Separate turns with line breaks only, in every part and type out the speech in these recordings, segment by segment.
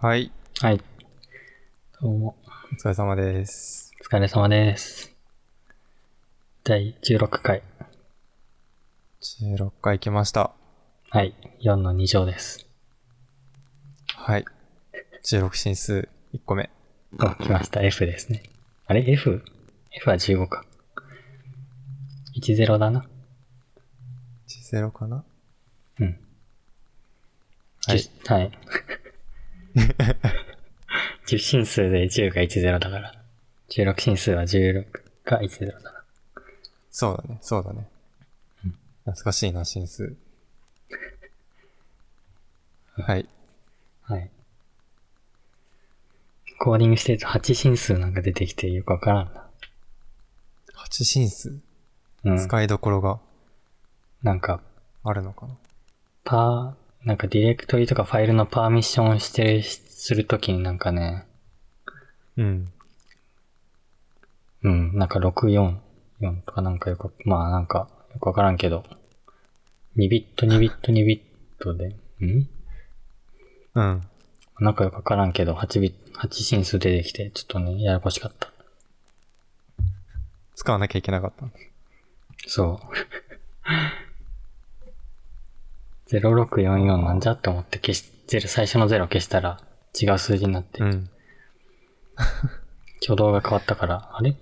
はい。
はい。どうも、
お疲れ様です。
お疲れ様です。第16回。
16回来ました。
はい。4の2乗です。
はい。16進数1個目。
あ、来ました。F ですね。あれ ?F?F は15か。10だな。
10かな
うん。
はい
10。はい。10進数で10が10だから。16進数は16が10だな。
そうだね、そうだね。懐かしいな、進数。はい。
はい。コーディングしてると8進数なんか出てきてよくわからんな。
8進数
うん。
使いどころが
なんか、
あるのかな、
パー、なんかディレクトリとかファイルのパーミッションをしてるし、するときになんかね、
うん、
うん、なんか644とかなんかよく、まあなんかよくわからんけど、2ビット2ビット2ビットで、ん
うん。
なんかよくわからんけど、8ビット、8進数出てきて、ちょっとね、ややこしかった。
使わなきゃいけなかった。
そう。0644なんじゃって思って消し、ゼロ、最初の0消したら違う数字になって、
うん。
挙動が変わったから、あれ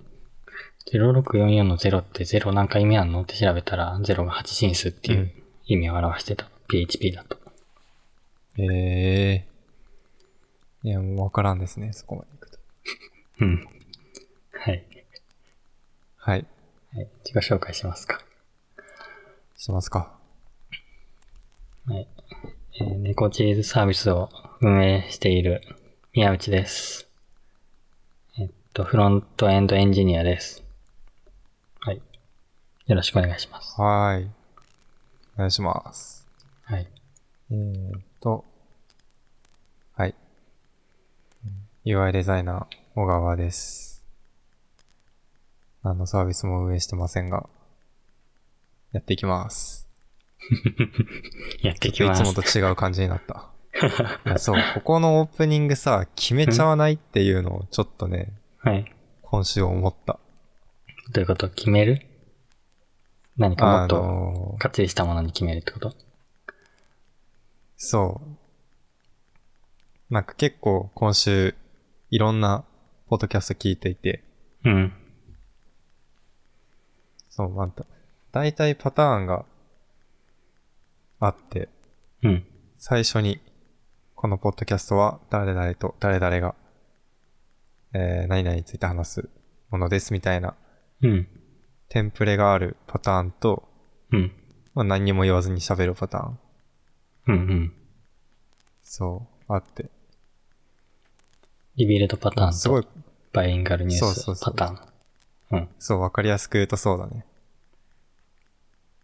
?0644 の0って0何回目あんのって調べたら、0が8進数っていうう意味を表してた。PHP だと。
ええいや、もうわからんですね、そこまでいくと。
うん。はい。
はい。
はい。自己紹介しますか。
しますか。
はい。えー猫チーズサービスを運営している宮内です。えっと、フロントエンドエンジニアです。はい。よろしくお願いします。
はーい。お願いします。
はい。
えーと、はい。UI デザイナー、小川です。何のサービスも運営してませんが、やっていきます。
やっていき
い
ま
つ
す。
もと違う感じになった。い やそう、ここのオープニングさ、決めちゃわないっていうのをちょっとね、
はい。
今週思った。
どういうこと決める何かも
あ
っと、
のー、
かっちりしたものに決めるってこと
そう。なんか結構今週、いろんなポッドキャスト聞いていて、
うん。
そう、また、大体パターンがあって、
うん。
最初に、このポッドキャストは誰々と誰々が、えー、何々について話すものですみたいな
うん。
テンプレがあるパターンと、
うん。
まあ、何にも言わずに喋るパターン。
うん。うん。
そう、あって。
リビルドパターンと、
すごい、
バイリンガルニュ
そう
ー
そう
ス
そ
パ
う
ターン。うん。
そう、わかりやすく言うとそうだね。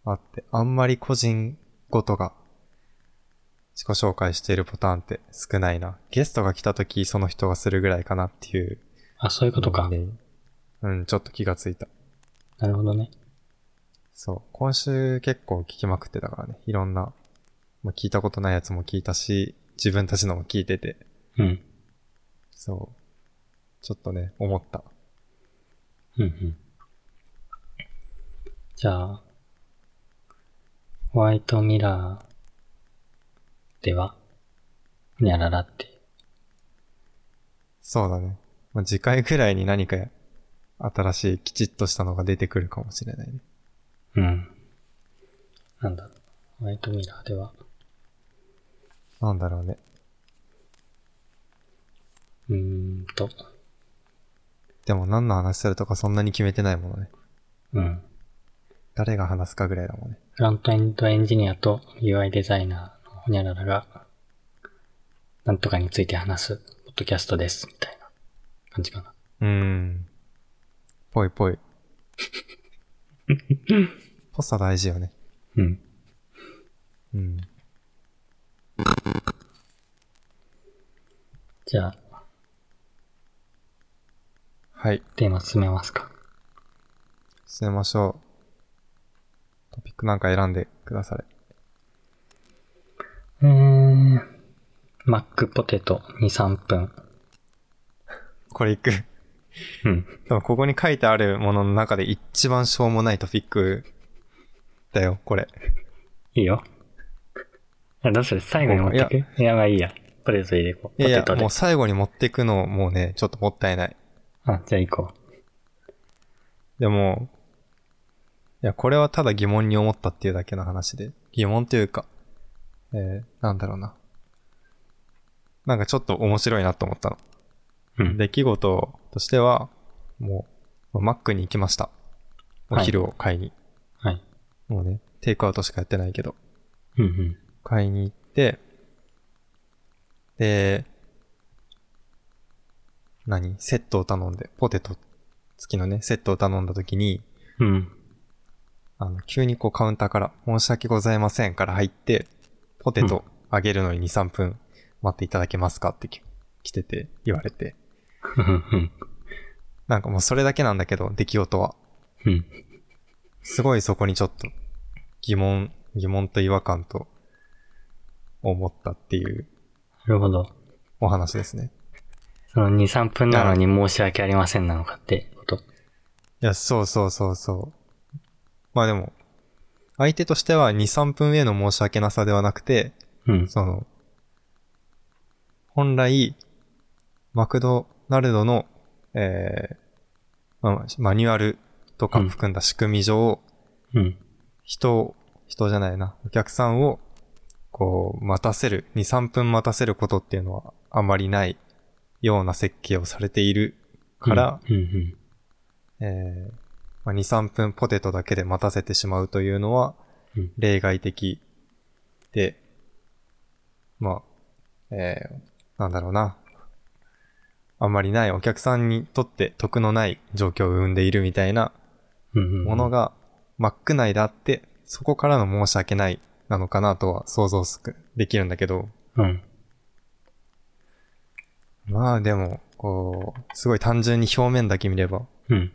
あって、あんまり個人ごとが自己紹介しているパターンって少ないな。ゲストが来た時その人がするぐらいかなっていう。
あ、そういうことか。
うん、ちょっと気がついた。
なるほどね。
そう。今週結構聞きまくってたからね。いろんな、まあ、聞いたことないやつも聞いたし、自分たちのも聞いてて。
うん。
そう。ちょっとね、思った。
うんうん。じゃあ、ホワイトミラーでは、にゃららって。
そうだね。まあ、次回くらいに何か新しいきちっとしたのが出てくるかもしれないね。
うん。なんだろう。ホワイトミラーでは、
なんだろうね。
うーんと、
でも何の話するとかそんなに決めてないものね。
うん。
誰が話すかぐらいだもんね。
フロントエンドエンジニアと UI デザイナーのほにゃららが、なんとかについて話す、ポッドキャストです、みたいな感じかな。
うーん。ぽいぽい。ぽさ大事よね。
うん。
うん。
じゃあ、
はい。
テーマ進めますか。
進めましょう。トピックなんか選んでくだされ。
えー、マックポテト2、3分。
これいく。
うん。
でもここに書いてあるものの中で一番しょうもないトピックだよ、これ。
いいよ。あどうする最後に持ってくいや、まあいいや。とりあえず入れこう。
いやいや
ポテト、で
もう。最後に持ってくのもうね、ちょっともったいない。
あ、じゃあ行こ
でも、いや、これはただ疑問に思ったっていうだけの話で、疑問というか、えー、なんだろうな。なんかちょっと面白いなと思ったの。
う。うん。
出来事としては、もう、マックに行きました。お
はい
昼を買いに。
はい。
もうね、テイクアウトしかやってないけど、
うんうん。
買いに行って、で、何セットを頼んで、ポテト付きのね、セットを頼んだ時に、
うん。
あの、急にこうカウンターから、申し訳ございませんから入って、ポテトあげるのに2、3分待っていただけますかってき来てて、言われて。
うんうん
なんかもうそれだけなんだけど、出来事は。
うん。
すごいそこにちょっと疑問、疑問と違和感と思ったっていう
なるほど。
お話ですね。
その2、3分なのに申し訳ありませんなのかってこと。
いや、そうそうそうそう。まあでも、相手としては2、3分への申し訳なさではなくて、
うん。
その、本来、マクドナルドの、えーまあ、マニュアルとか含んだ仕組み上、
うん。
人を、人じゃないな、お客さんを、こう、待たせる、2、3分待たせることっていうのはあまりないような設計をされているから、
うんうん。
えーまあ、2、3分ポテトだけで待たせてしまうというのは
うん、
例外的で、まあ、えーなんだろうな。あんまりないお客さんにとって得のない状況を生んでいるみたいな
うんうんうん。
ものがマック内であって、そこからの申し訳ないなのかなとは想像すくできるんだけど、
うん。
まあでも、こう、すごい単純に表面だけ見れば、
うん。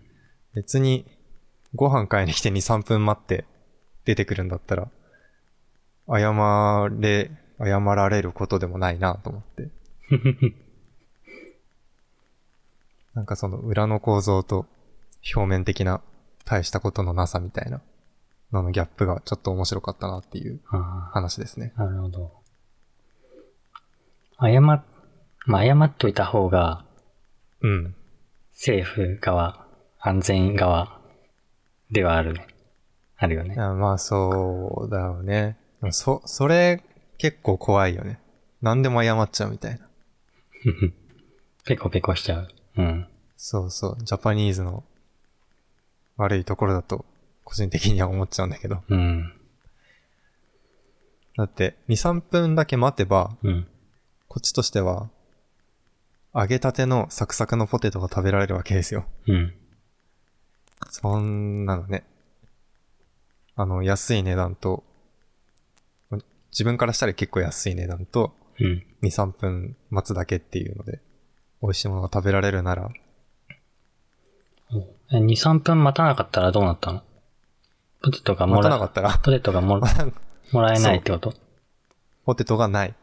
別に、ご飯買いに来て2、3分待って出てくるんだったら、謝れ、謝られることでもないなと思って。なんかその裏の構造と表面的な大したことのなさみたいなののギャップがちょっと面白かったなっていう
あ
話ですね。
あ、なるほど。謝、まあ、謝っといた方が、
うん。
政府側、安全側ではあるね。あるよね
い。やまあそうだよね。でもそ、それ結構怖いよね。何でも謝っちゃうみたいな。
ペコペコしちゃう。うん。
そうそう、ジャパニーズの悪いところだと、個人的には思っちゃうんだけど。
うん。
だって、2、3分だけ待てば、
うん。
こっちとしては、揚げたてのサクサクのポテトが食べられるわけですよ。
うん。
そんなのね。あの、安い値段と、自分からしたら結構安い値段と、
うん。
2、3分待つだけっていうので、美味しいものが食べられるなら、
え2、3分待たなかったらどうなったのポテトがも
待た
ら
なかったら、
ポテトがももらえないってこと
ポテトがない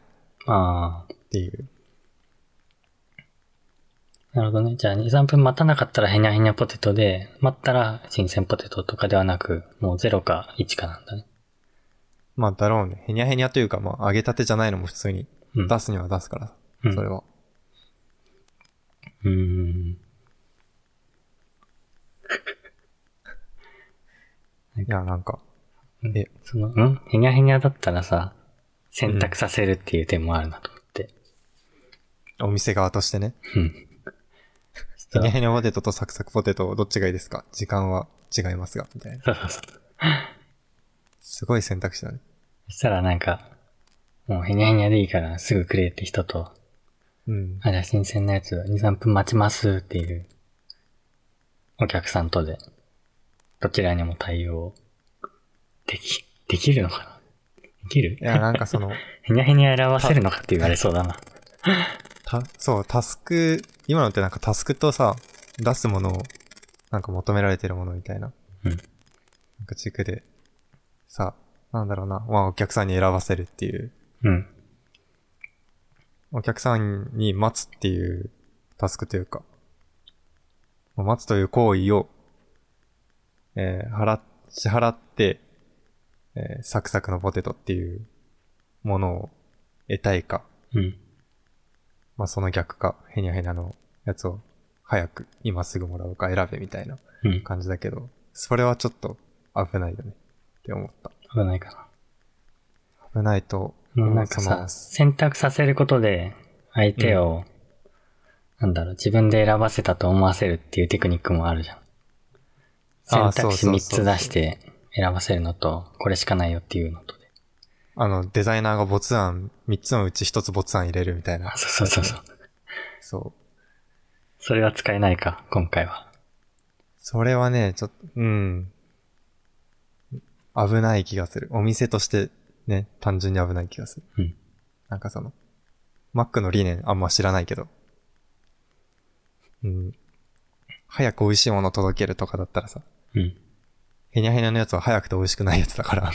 あ
っていう。
あ。なるほどね。じゃあ2、3分待たなかったらヘニャヘニャポテトで、待ったら新鮮ポテトとかではなく、もう0か1かなんだね。
まあ、だろうね。へにゃへにゃというか、まあ、揚げたてじゃないのも普通に
うん。
出すには出すから、
うん
それは。
うーん。
いや、なんか、え
その、んヘニャヘニャだったらさ、選択させるっていう点もあるなと思って。
お店側としてね、
うん。
へ
そう
にゃへにゃポテトとサクサクポテト、どっちがいいですか時間は違いますが、みたいな。
そうそうそう。
すごい選択肢だね。
そしたらなんか、もうヘニャヘニャでいいからすぐくれって人と、
うん。
あ、じゃあ新鮮なやつ2、3分待ちますっていう、お客さんとで、どちらにも対応でき、できるのかなできる
いや、なんか その、
ヘニャヘニャ選ばせるのかって言われそうだな。
た、そう、タスク、今のってなんかタスクとさ、出すものを、なんか求められてるものみたいな。
うん
なんか軸で、さ、なんだろうな、まあお客さんに選ばせるっていう
うん。
お客さんに待つっていうタスクというか、待つという行為を、えー払っ、支払って、えーサクサクのポテトっていうものを得たいか、
うん。
まあ、その逆か、ヘニャヘニャのやつを早く、今すぐもらうか選べみたいな
うん。
感じだけど、それはちょっと危ないよねって思った。
危ないか
危ないと、
な。もうなんか
その
さ、選択させることで、相手を、なんだろう、自分で選ばせたと思わせるっていうテクニックもあるじゃん。
あ
選
ーそう
択肢
そう
3
そう
つ出して選ばせるのと、これしかないよっていうのとで。
あの、デザイナーがボツ案、3つのうち1つボツ案入れるみたいな
あ、。そうそうそうそう。
そう。
それは使えないか、今回は。
それはね、ちょっと、うん。危ない気がする。お店として、ね、単純に危ない気がする。
うん
なんかその、マックの理念あんま知らないけど。うん。早く美味しいもの届けるとかだったらさ、
うん。
へにゃへにゃのやつは早くて美味しくないやつだ から。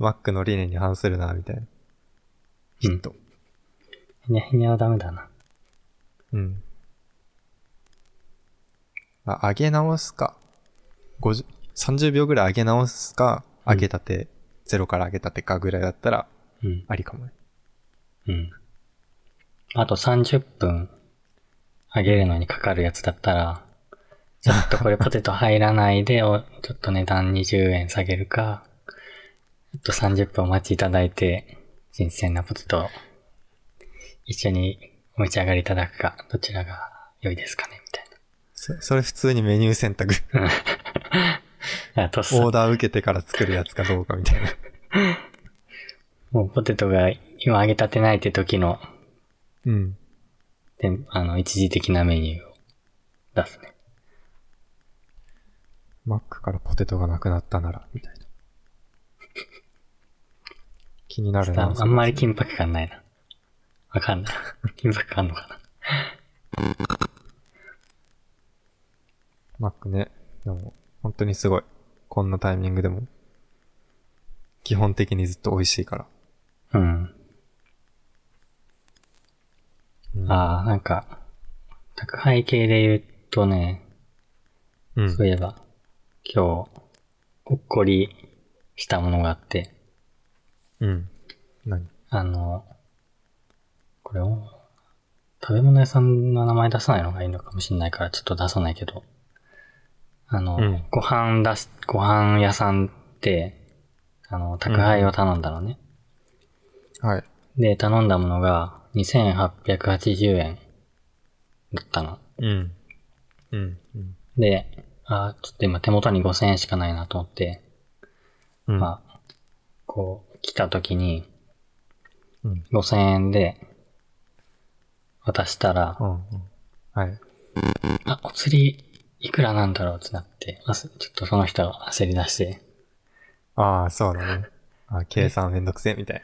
マックの理念に反するな、みたいな。きっと。
ふにゃふにゃはダメだな。
うん。あ、上げ直すか。50 30秒ぐらい上げ直すか、
うん
上げたて、ゼロから上げたてかぐらいだったら、
うん。
ありかもね。
うん。あと30分、あげるのにかかるやつだったら、ちょっとこれポテト入らないで、おちょっと値段20円下げるか、ちょっと30分お待ちいただいて、新鮮なポテトを一緒にお召し上がりいただくか、どちらが良いですかね、みたい
そそれ普通にメニュー選 択。
な。あとっさ
オーダー受けてから作るやつかどうかみたいな。
もうポテトが今揚げたてないって時の、
うん。
であの、一時的なメニューを出すね。
マックからポテトがなくなったなら、みたいな。気になるな
あ。あんまり緊迫感ないな。わかんない。 緊迫感あんのかな。
マックね。でも、本当にすごい。こんなタイミングでも。基本的にずっと美味しいから。
うん。
うん
ああ、なんか、宅配系で言うとね、
うん
そういえば、今日、ほっこりしたものがあって、
うん。何
あの、これを、食べ物屋さんの名前出さないのがいいのかもしれないから、ちょっと出さないけど、あの、
うん
ご飯出し、ご飯屋さんって、あの、宅配を頼んだのね。
はい。
で、頼んだものが2880円だったの。
うん。うん。うん。
で、あーちょっと今手元に5000円しかないなと思って、
うん
まあ、こう、来た時に
うん。
5000円で渡したら
う、ん。うんはい。
あ、お釣りいくらなんだろうってなって、まずちょっとその人が焦り出して、
ああ、そうだね。あ計算めんどくせえ、みたい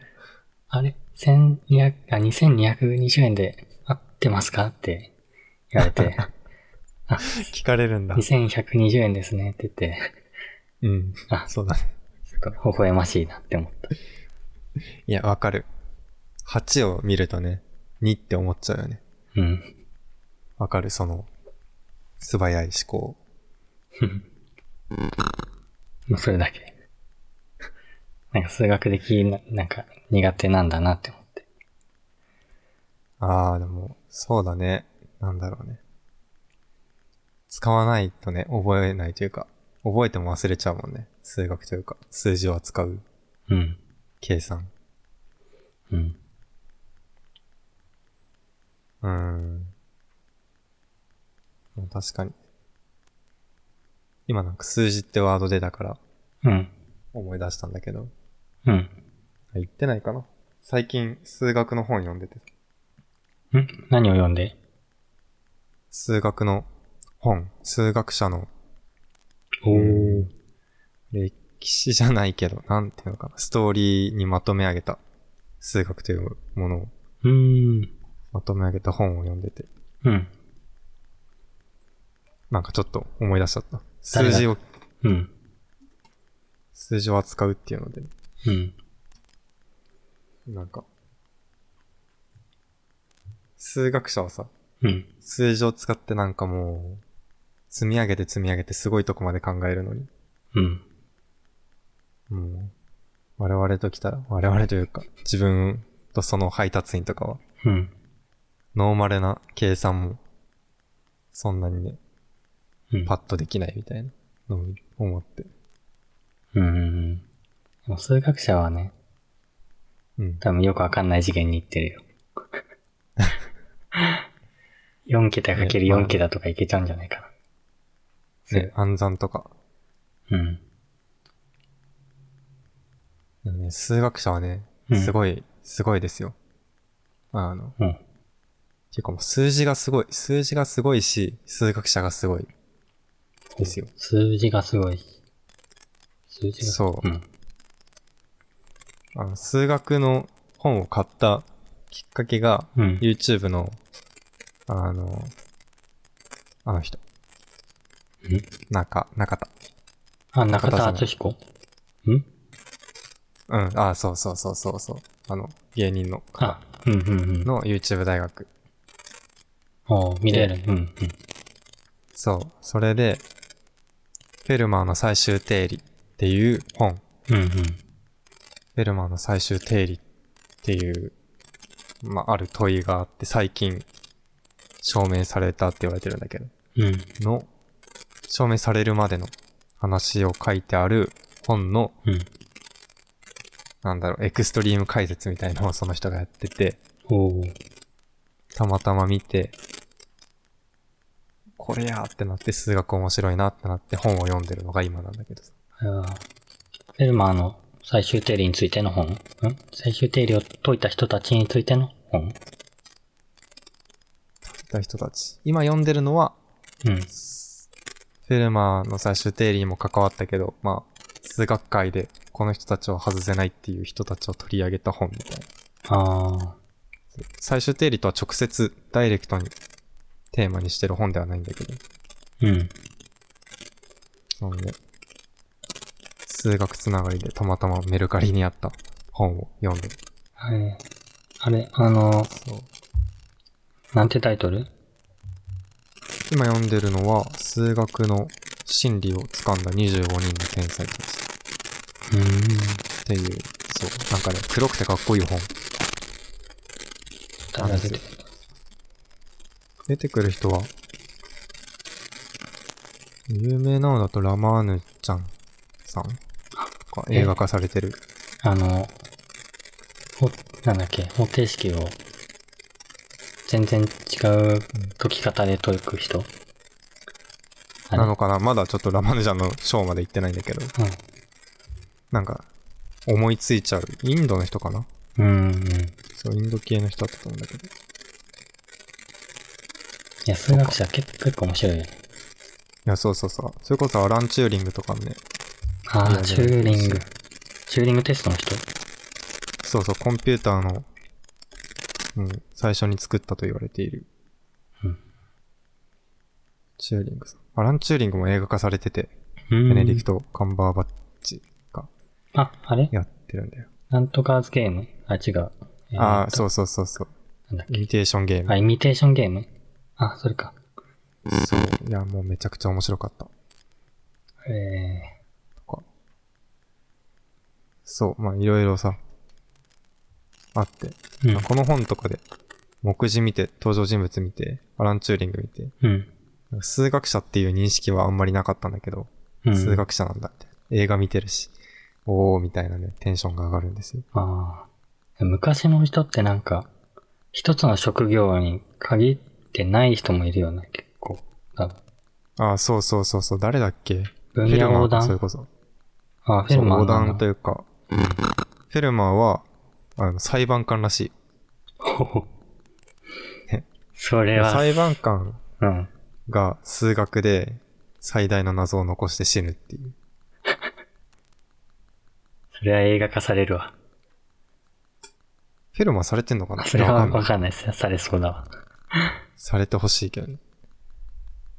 あれ ?1200、あ、2220円で合ってますかって言われて、
な。聞かれるんだ。
2120円ですねって言って、
うん。
あ
そうだね。
ちょっと微笑ましいなって思った。
いや、わかる。8を見るとね、2って思っちゃうよね。
うん。
わかる、その、素早い思考。
もうそれだけ。なんか数学的な、なんか苦手なんだなって思って。
ああ、でも、そうだね。なんだろうね。使わないとね、覚えないというか、覚えても忘れちゃうもんね。数学というか、数字を扱う
うん。
計算。
うん。
うーん。まあ確かに。今なんか数字ってワード出たから
うん。
思い出したんだけど、
うん。
あ言ってないかな。最近数学の本読んでて、
ん何を読んで
数学の本、数学者の
お
ー。歴史じゃないけど、なんていうのかな、ストーリーにまとめ上げた数学というものを
うーん。
まとめ上げた本を読んでて、
うん。
なんかちょっと思い出しちゃった。
誰
数
だ
字を、
うん。
数字を扱うっていうので、
うん。
なんか、数学者はさ、
うん。
数字を使ってなんかもう、積み上げて積み上げてすごいとこまで考えるのに、
うん。
もう、我々と来たら、我々というか、自分とその配達員とかは、
うん。
ノーマルな計算も、そんなにね、
うん。
パッとできないみたいなのを思って。
うんうんうん。でも数学者はね、
うん。
多分よくわかんない次元に行ってるよ。4桁かける
ねまあ
4桁とかいけちゃうんじゃないかな。
ね、暗算とか。
うん。
でもね、数学者はね、
うん
すごい、すごいですよ。あの、
うん。
結構もう数字がすごい、数字がすごいし、数学者がすごい。ですよ。
数字がすごい。数字が
そう
うん。
あの、数学の本を買ったきっかけが、
うん。
YouTube の、あの、あの人。
ん
中、中田。
あ、中田
中田
敦彦ん
うん、あ、そうそうそうそうそう。あの、芸人の方
あ、うんうんうん。
の YouTube 大学。
おう見れる。うん
そう。それで、フェルマーの最終定理っていう本。
うん。うん
フェルマーの最終定理っていう、まあ、ある問いがあって、最近、証明されたって言われてるんだけど、
うん。うん。
の、証明されるまでの話を書いてある本の、
うん。
なんだろう、エクストリーム解説みたいなのを その人がやってて、
おー
たまたま見て、これやーってなって数学面白いなってなって本を読んでるのが今なんだけどさ。
あーフェルマーの最終定理についての本ん最終定理を解いた人たちについての本
いた人たち。今読んでるのは、
うん。
フェルマーの最終定理にも関わったけど、まあ、数学界でこの人たちを外せないっていう人たちを取り上げた本みたいな。
ああ。
最終定理とは直接、ダイレクトにテーマにしてる本ではないんだけど、
うん。
そのね、数学つながりでたまたまメルカリにあった本を読んでる。
はい。あれ、あの、
そう。
なんてタイトル
今読んでるのは、数学の真理を掴んだ25人の天才たち。
うん。
っていう、そう、なんかね、黒くてかっこいい本。
誰が出てる
出てくる人は、有名なのだとラマーヌちゃんさんが映画化されてる。
あの、ほ、なんだっけ、方程式を全然違う解き方で解く人あれ
なのかなまだちょっとラマーヌちゃんの章まで行ってないんだけど、なんか、思いついちゃう。インドの人かな
うん。うんうん。い
そう、インド系の人だったと思うんだけど。い
や、数学者結結構面白いよね。
や、そうそうそう。それこそアラン・チューリングとかもね、
ああ、
い
チ
や
ューリン
いや
グ。チューリングテストの人
そうそう、コンピューターの、うん、最初に作ったと言われている。
うん
チューリングさん。アラン・チューリングも映画化されてて、
うん
ベネディクト・カンバーバッチが
あ、あれ
やってるんだよ。
なんとかーズゲームあ、違う。えー
ああ、そうそうそうそう。
なんだっ
イミテーションゲーム。
あ、イミテーションゲームあ、それか。
そう。いや、もうめちゃくちゃ面白かった。
えー、
そう、まあいろいろさ、あって。
うん
まあこの本とかで、目次見て、登場人物見て、アラン・チューリング見て、
うん。
なんか数学者っていう認識はあんまりなかったんだけど、
うん。
数学者なんだって。映画見てるし、おーみたいなね、テンションが上がるんですよ。
ああ。昔の人ってなんか、一つの職業に限ってない人もいるよね、結構。多分
ああ、そうそうそうそう、誰だっけ
分野
フェル
横
マーかそれ
断
こそ。
ああ、フェ
そ
ル
う、
マー
横
なんだ
断というか、フェルマーは、あの、裁判官らし
ほほ
ね
そ
い。
れは、
裁判官
うん。
が数学で最大の謎を残して死ぬっていう。
それは映画化されるわ。
フェルマーされてんのかな
それは
わかん
わ
ない
かんないです。されそうだわ。
されてほしいけどね。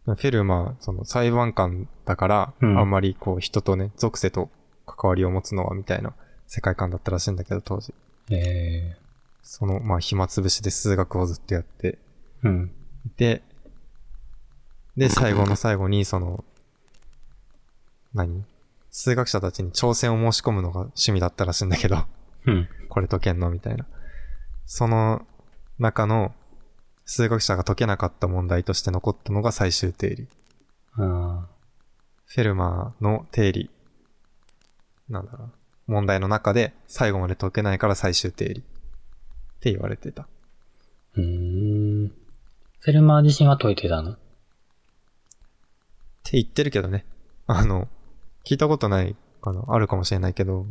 フェルマー、その裁判官だから、
うん
あんまりこう人とね、属性と関わりを持つのはみたいな世界観だったらしいんだけど、当時。
ええ
その、まあ、暇つぶしで数学をずっとやって
うん。
いて、で、最後の最後に、その、何数学者たちに挑戦を申し込むのが趣味だったらしいんだけど、
うん。
これ解けんのみたいな。その中の、数学者が解けなかった問題として残ったのが最終定理。
あ
フェルマーの定理。なんだろう。問題の中で最後まで解けないから最終定理。って言われてた。
ーうーん。フェルマー自身は解いてたの
って言ってるけどね。あの、聞いたことないかな。あるかもしれないけど。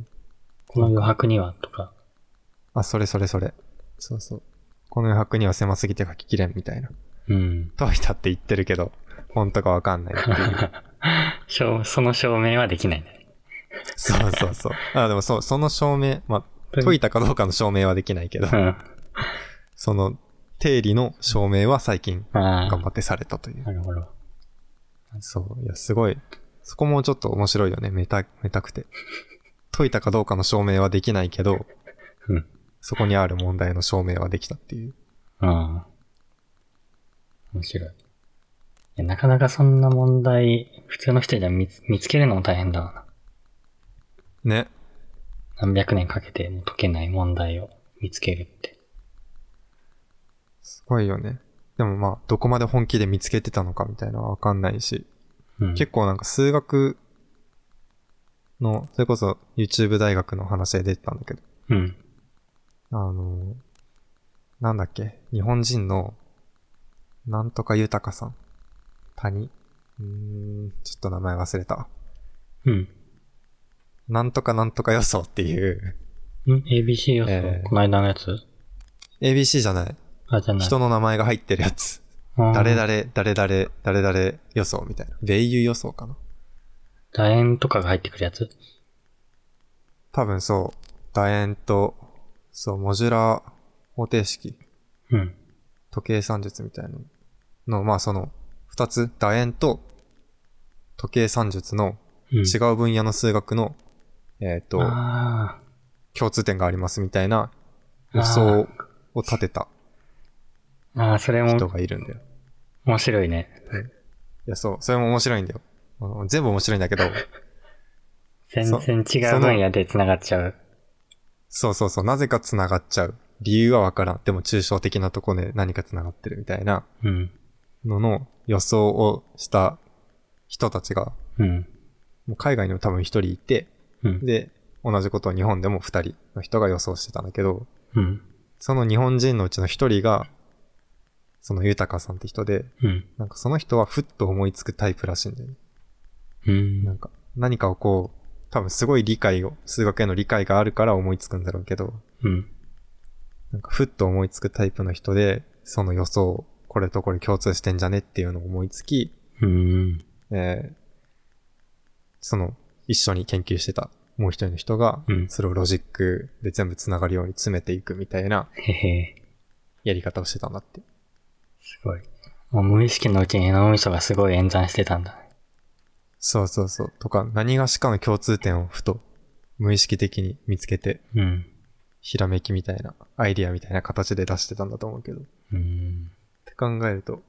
この余白にはとか。
あ、それそれそれ。そうそう。この余白には狭すぎて書ききれんみたいな。
うん。
解いたって言ってるけど、本当かわかんないっていう。
証その証明はできないね。
そうそう そう。あ、でもそう、その証明、まあ、解いたかどうかの証明はできないけど
う、ん。あ
その定理の証明は最近
あ
頑張ってされたという。
なるほど。
そう。いや、すごい。そこもちょっと面白いよね。めた、めたくて。解いたかどうかの証明はできないけど、
うん。
そこにある問題の証明はできたっていう。
ああ。面白い。いや、なかなかそんな問題、普通の人じゃ見つ見つけるのも大変だわな。
ね。
何百年かけても解けない問題を見つけるって。
すごいよね。でもまあ、どこまで本気で見つけてたのかみたいなのはわかんないし、
うん。
結構なんか数学の、それこそ YouTube 大学の話で出てたんだけど、
うん。
あの、なんだっけ、日本人の、なんとか豊さん。谷うーん、ちょっと名前忘れた。
うん。
なんとかなんとか予想っていう、
うん ?ABC 予想、
えー
この間のやつ
ABC じゃない。
あ、じゃない。
人の名前が入ってるやつ。
あー
誰々、誰々、誰々予想みたいな。米油予想かな。
楕円とかが入ってくるやつ
多分そう、楕円と、そう、モジュラー方程式、
うん。
時計算術みたいなの、まあその、二つ、楕円と時計算術の
うん。
違う分野の数学の、えっ、と、
あ
共通点がありますみたいな予想を立てた
あ。ああ、それも
人がいるんだよ。
面白いね。
いや、そう、それも面白いんだよ。あの全部面白いん だけど、
全
そ
然違
そうの
分野で繋がっちゃう。
そうそうそう、なぜか繋がっちゃう。理由はわからん。でも抽象的なとこで何か繋がってるみたいな
うん。
のの予想をした人たちが、
うん。
もう海外にも多分一人いて、
うん。
で、同じことを日本でも二人の人が予想してたんだけど、
うん。
その日本人のうちの一人が、その豊さんって人で、
うん。
なんかその人はふっと思いつくタイプらしいんだよね。
うん
なんか何かをこう、多分すごい理解を、数学への理解があるから思いつくんだろうけど、
うん。
なんかふっと思いつくタイプの人で、その予想、これとこれ共通してんじゃねっていうのを思いつき、
うん。
えーその、一緒に研究してたもう一人の人が
う、ん
それをロジックで全部繋がるように詰めていくみたいな
へへ。
やり方をしてたんだって。
すごい。もう無意識のうちに脳みそがすごい演算してたんだ。
そうそうそう。とか、何がしかの共通点をふと、無意識的に見つけて、
うん。
ひらめきみたいな、アイディアみたいな形で出してたんだと思うけど。っ
うん。
て考えると、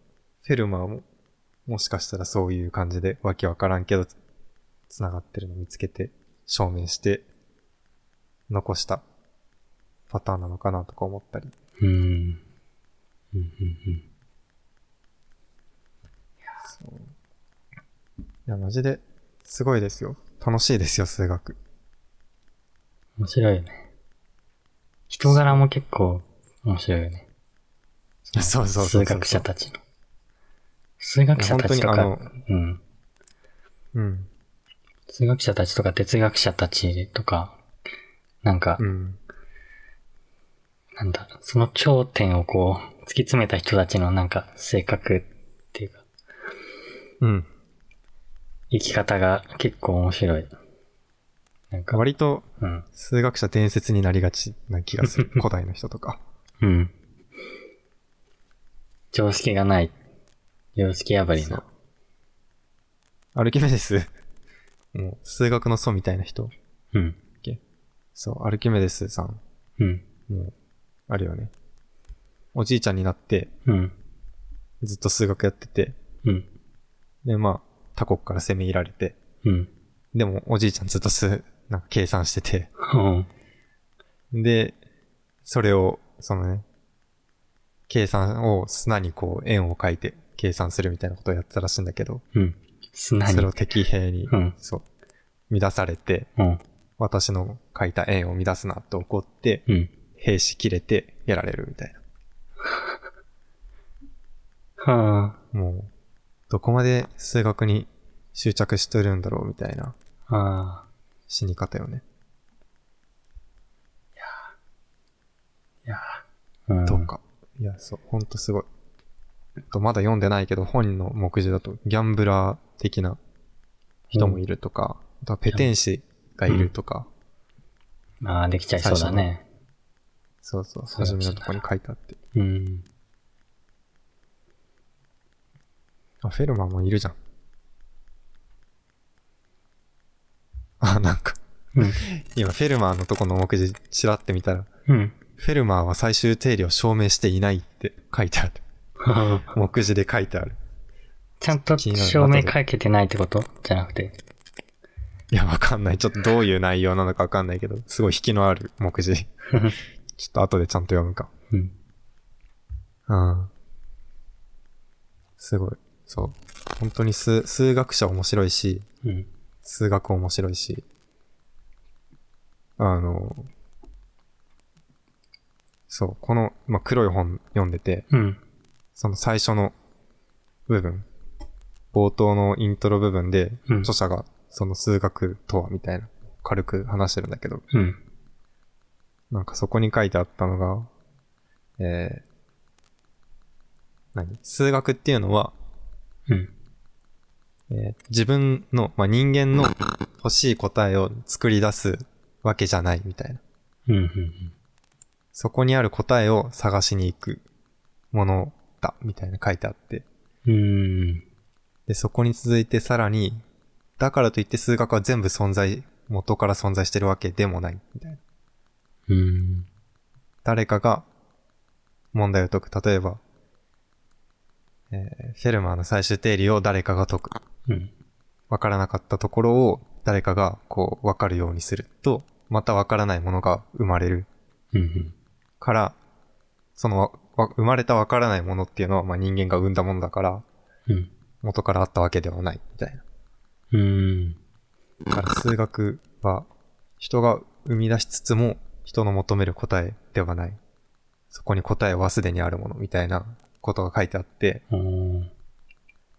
フェルマーも、もしかしたらそういう感じで、わけわからんけど、繋がってるの見つけて、証明して、残したパターンなのかなとか思ったり。
うん。うん。うん。
そういや、マジで、すごいですよ。楽しいですよ、数学。
面白いよね。人柄も結構面白いよね。
そうそうそうそう
数学者たちの。数学者たちと
いや
か
本当に、
うん。
うん。
数学者たちとか哲学者たちとか、なんか
う、ん。
なんだ、その頂点をこう、突き詰めた人たちのなんか性格っていうか、
うん。
生き方が結構面白い。なんか、
割と、
うん。
数学者伝説になりがちな気がす る。古代の人とか。
うん。常識がない。常識破り
そう
な。
アルキメデス、もう、数学の祖みたいな人。
うん。
そう、アルキメデスさん、
うん。
もう、あるよね。おじいちゃんになって、
うん。
ずっと数学やってて、
うん。
で、まあ、他国から攻め入られて、
うん。
でも、おじいちゃんずっと数、なんか計算してて、
うん。
で、それを、そのね、計算を砂にこう円を書いて計算するみたいなことをやってたらしいんだけど、
うん。砂
そ
に
れを。敵兵に、
うん
そう、乱されて、
うん。
私の書いた円を乱すなって怒って、
うん。
兵士切れてやられるみたいな。
は
もう、どこまで数学に執着してるんだろうみたいな
あ。ああ。
死に方よね。
いやー。うん。
どうか。いや、そう、ほんとすごい。とまだ読んでないけど、本の目次だと、ギャンブラー的な人もいるとか、あとはペテン師がいるとか、
ああ、できちゃいそうだね。
そうそう、
そう
初
そう
めのとこに書いてあって。
うん。
あ、フェルマーもいるじゃん。あ、なんか、
うん。
今、フェルマーのとこの目次、ちらって見たら、
うん。
フェルマーは最終定理を証明していないって書いてある。目次で書いてある。
ちゃんと証明かけてないってことじゃなくて。
いや、わかんない。ちょっとどういう内容なのかわかんないけど、すごい引きのある目次。ちょっと後でちゃんと読むか。
うん。
うん。すごい。そう。本当に数、数学者面白いし、
うん。
数学面白いし、あの、そう、この、まあ、黒い本読んでて、
うん。
その最初の部分、冒頭のイントロ部分で、
うん
著者がその数学とはみたいな、軽く話してるんだけど、
うん。
なんかそこに書いてあったのが、えー、何数学っていうのは、
うん。
えー自分の、まあ、人間の欲しい答えを作り出すわけじゃないみたいな。
うん。うん。
そこにある答えを探しに行くものだ、みたいな書いてあって。
うん。
で、そこに続いてさらに、だからといって数学は全部存在、元から存在してるわけでもない、みたいな。
うん。
誰かが問題を解く。例えば、えーフェルマーの最終定理を誰かが解く。
うん。
わからなかったところを誰かがこうわかるようにすると、またわからないものが生まれる
うん。
から、そのわわ生まれたわからないものっていうのはまあ人間が生んだものだから、
うん。
元からあったわけではないみたいな。
うん。
だから数学は人が生み出しつつも人の求める答えではない。そこに答えはすでにあるものみたいなことが書いてあって、
うん。
い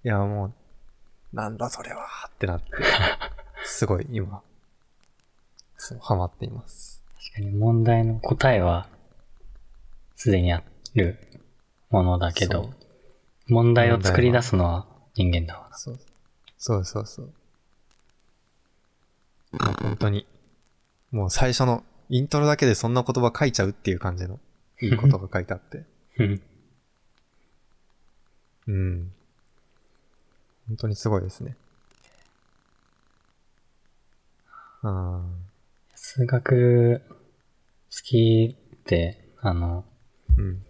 やもう、なんだそれはって なって、すごい今、そう、ハマっています。
確かに問題の答えは、すでにあるものだけど、問題を作り出すのは人間だわ。
そう、そうそうそう。もう本当に、もう最初のイントロだけでそんな言葉書いちゃうっていう感じのいいことが書いてあって。
うん。
うん。本当にすごいですね。あ
数学、好きって、あの、
ーうん。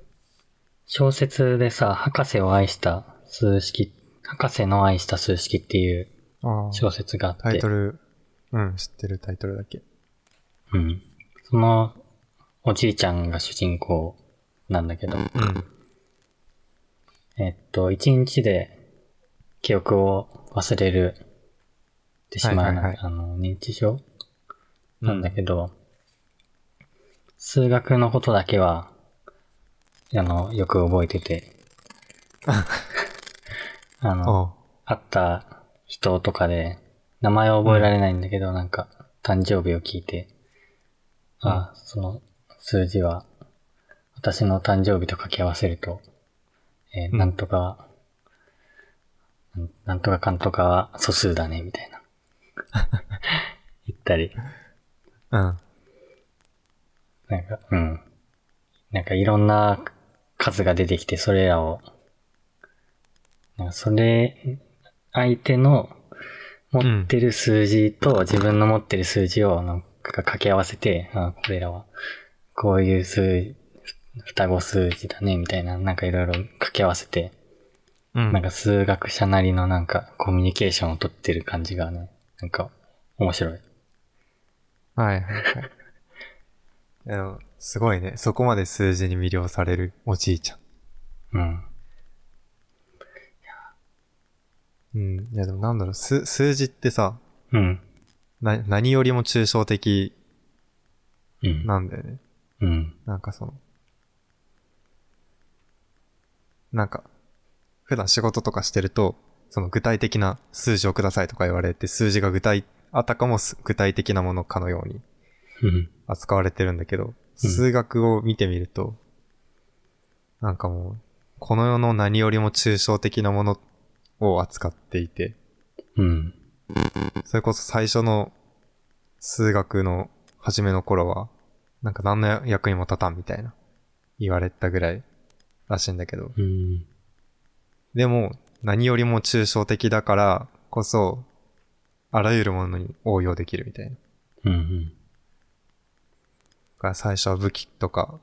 小説でさ、博士を愛した数式、博士の愛した数式っていう
ああ。
小説があって、
タイトル、うん、知ってるタイトルだけ。
うん。その、おじいちゃんが主人公なんだけど、
うん。
えっと、一日で記憶を忘れるってしまうな、
はいはいはい
あの、認知症なんだけど、数学のことだけは、あの、よく覚え てて、あの、
あ
会った人とかで、名前は覚えられないんだけど、なんか、誕生日を聞いて、あ、その数字は、私の誕生日と掛け合わせると、えー
うん
なんとか、なんなんとかかんとかは素数だね、みた いな。言ったり、
あ。
なんか、うん。なんかいろんな数が出てきて、それらを、なんかそれ、相手の持ってる数字と自分の持ってる数字をなんか掛け合わせて、あこれらは、こういう数、双子数字だね、みたいな、なんかいろいろ掛け合わせて、
うん。
なんか数学者なりのなんかコミュニケーションを取ってる感じがね、なんか面白い。
はいはい はい。でもすごいね。そこまで数字に魅了されるおじいちゃん。
うん。
うん。いやでもなんだろう、数、数字ってさ、
うん。
な、何よりも抽象的
うん。
なんだよね。
うん。
なんかその、なんか、普段仕事とかしてると、その具体的な数字をくださいとか言われて、数字が具体、あたかもす具体的なものかのように
うん。
扱われてるんだけど、数学を見てみると、なんかもう、この世の何よりも抽象的なものを扱っていて、
うん。
それこそ最初の数学の初めの頃は、なんか何の役にも立たんみたいな言われたぐらいらしいんだけど、
うん。
でも何よりも抽象的だからこそ、あらゆるものに応用できるみたいな。だ
うん。
から最初は武器とか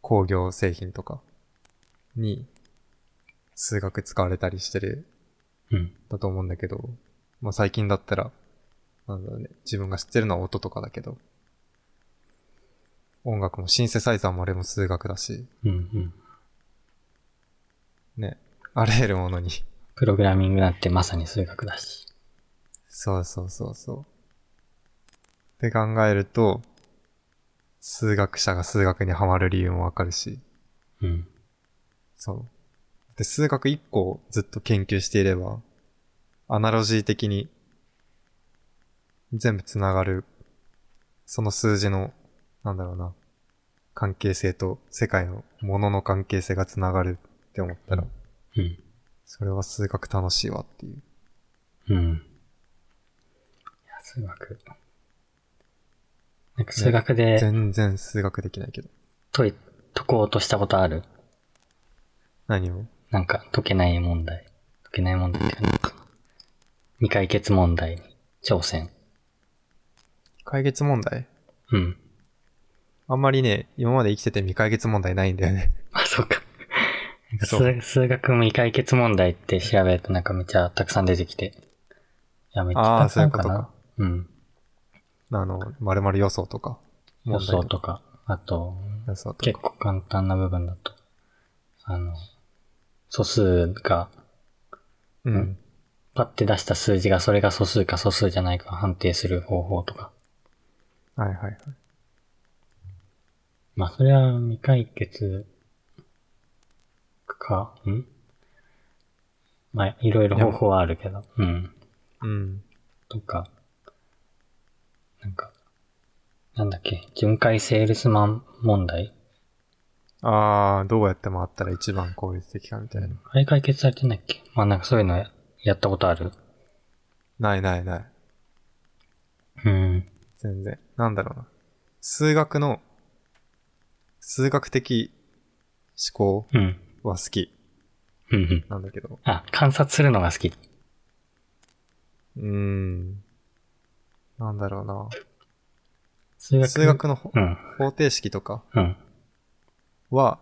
工業製品とかに数学使われたりしてる
うん。
だと思うんだけど、まあ、最近だったら、なんだろうね、自分が知ってるのは音とかだけど、音楽もシンセサイザーもあれも数学だし、
うん。うん。
ね、あらゆるものに。
プログラミングなんてまさに数学だし。
そうそうそうそう。って考えると、数学者が数学にハマる理由もわかるし、
うん。
そう。で、数学一個をずっと研究していれば、アナロジー的に全部つながる、その数字の、なんだろうな、関係性と世界のものの関係性がつながるって思ったら、
うん。
それは数学楽しいわっていう。
うん。いや、数学。なんか数学で
全然数学できないけど。
解い、解こうとしたことある
何を
なんか解けない問題。解けない問題っていうのかな。未解決問題に挑戦。
解決問題
うん。
あんまりね、今まで生きてて未解決問題ないんだよ ね。
あ、そうか。なんか
そう
数数学未解決問題って調べるとなんかめっちゃたくさん出てきて。いや、めっち
あ
ゃ
ー
たくさんか
そういう
な。うん。
あの、〇〇予想とか。
予想と
か。
か。あと、
予想と
結
か。
構簡単な部分だと。あの、素数が、
うん。
パッて出した数字がそれが素数か素数じゃないか判定する方法とか。
はいはいはい。
まあ、それは未解決か、んまあ、いろいろ方法はあるけど。うん。
うん。
とか、なんか、なんだっけ、巡回セールスマン問題
ああ、どうやって回ったら一番効率的かみたいな。
あれ解決されてないっけまあ、なんかそういうのややったことある
ないないない。
うん。
全然。なんだろうな。数学の、数学的思考
うん。
は好き
うんうん。
なんだけど。
あ、観察するのが好き。
うーん。なんだろう
数
な。
学。
数学のほ
うん。
方程式とか
うん。
は、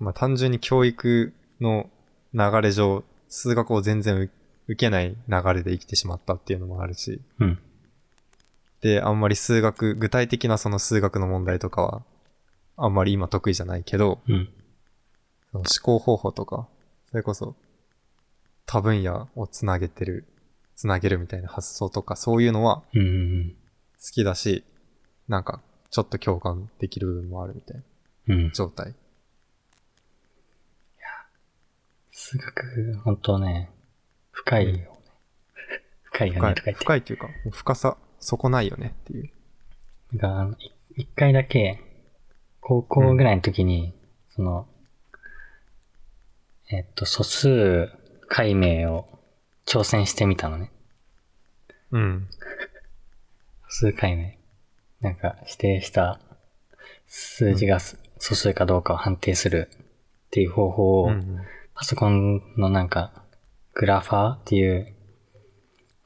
まあ単純に教育の流れ上、数学を全然う受けない流れで生きてしまったっていうのもあるし。
うん。
で、あんまり数学、具体的なその数学の問題とかは、あんまり今得意じゃないけど、
うん。
その思考方法とか、それこそ、多分野をつなげてる、つなげるみたいな発想とか、そういうのは
うんうん
好きだし、なんか、ちょっと共感できる部分もあるみたいな
うん。うん。
状態。
数学、本当ね、深いよね。深いよ
深
ね、
い
とか言って。
深いというか、もう深さ、そこないよねっていう。
が、あのい一回だけ、高校ぐらいの時に、その、えっと、素数解明を挑戦してみたのね。
うん。
素数解明。なんか、指定した数字がす素数かどうかを判定するっていう方法を
う、ん。
パソコンのなんか、グラファーっていう、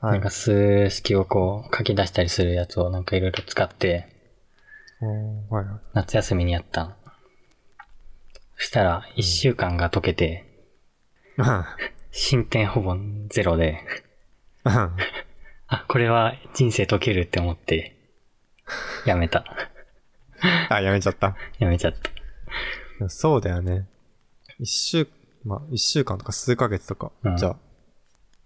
は
ないんか。数式をこう書き出したりするやつをなんかいろいろ使って、
おーはいはい。
夏休みにやったの。そしたら、一週間が解けて、進展ほぼゼロで、あ、これは人生解けるって思って、やめた。
あ、やめちゃった。
やめちゃった。
でもそうだよね。一週、まあ、一週間とか数ヶ月とか、
うん
じゃ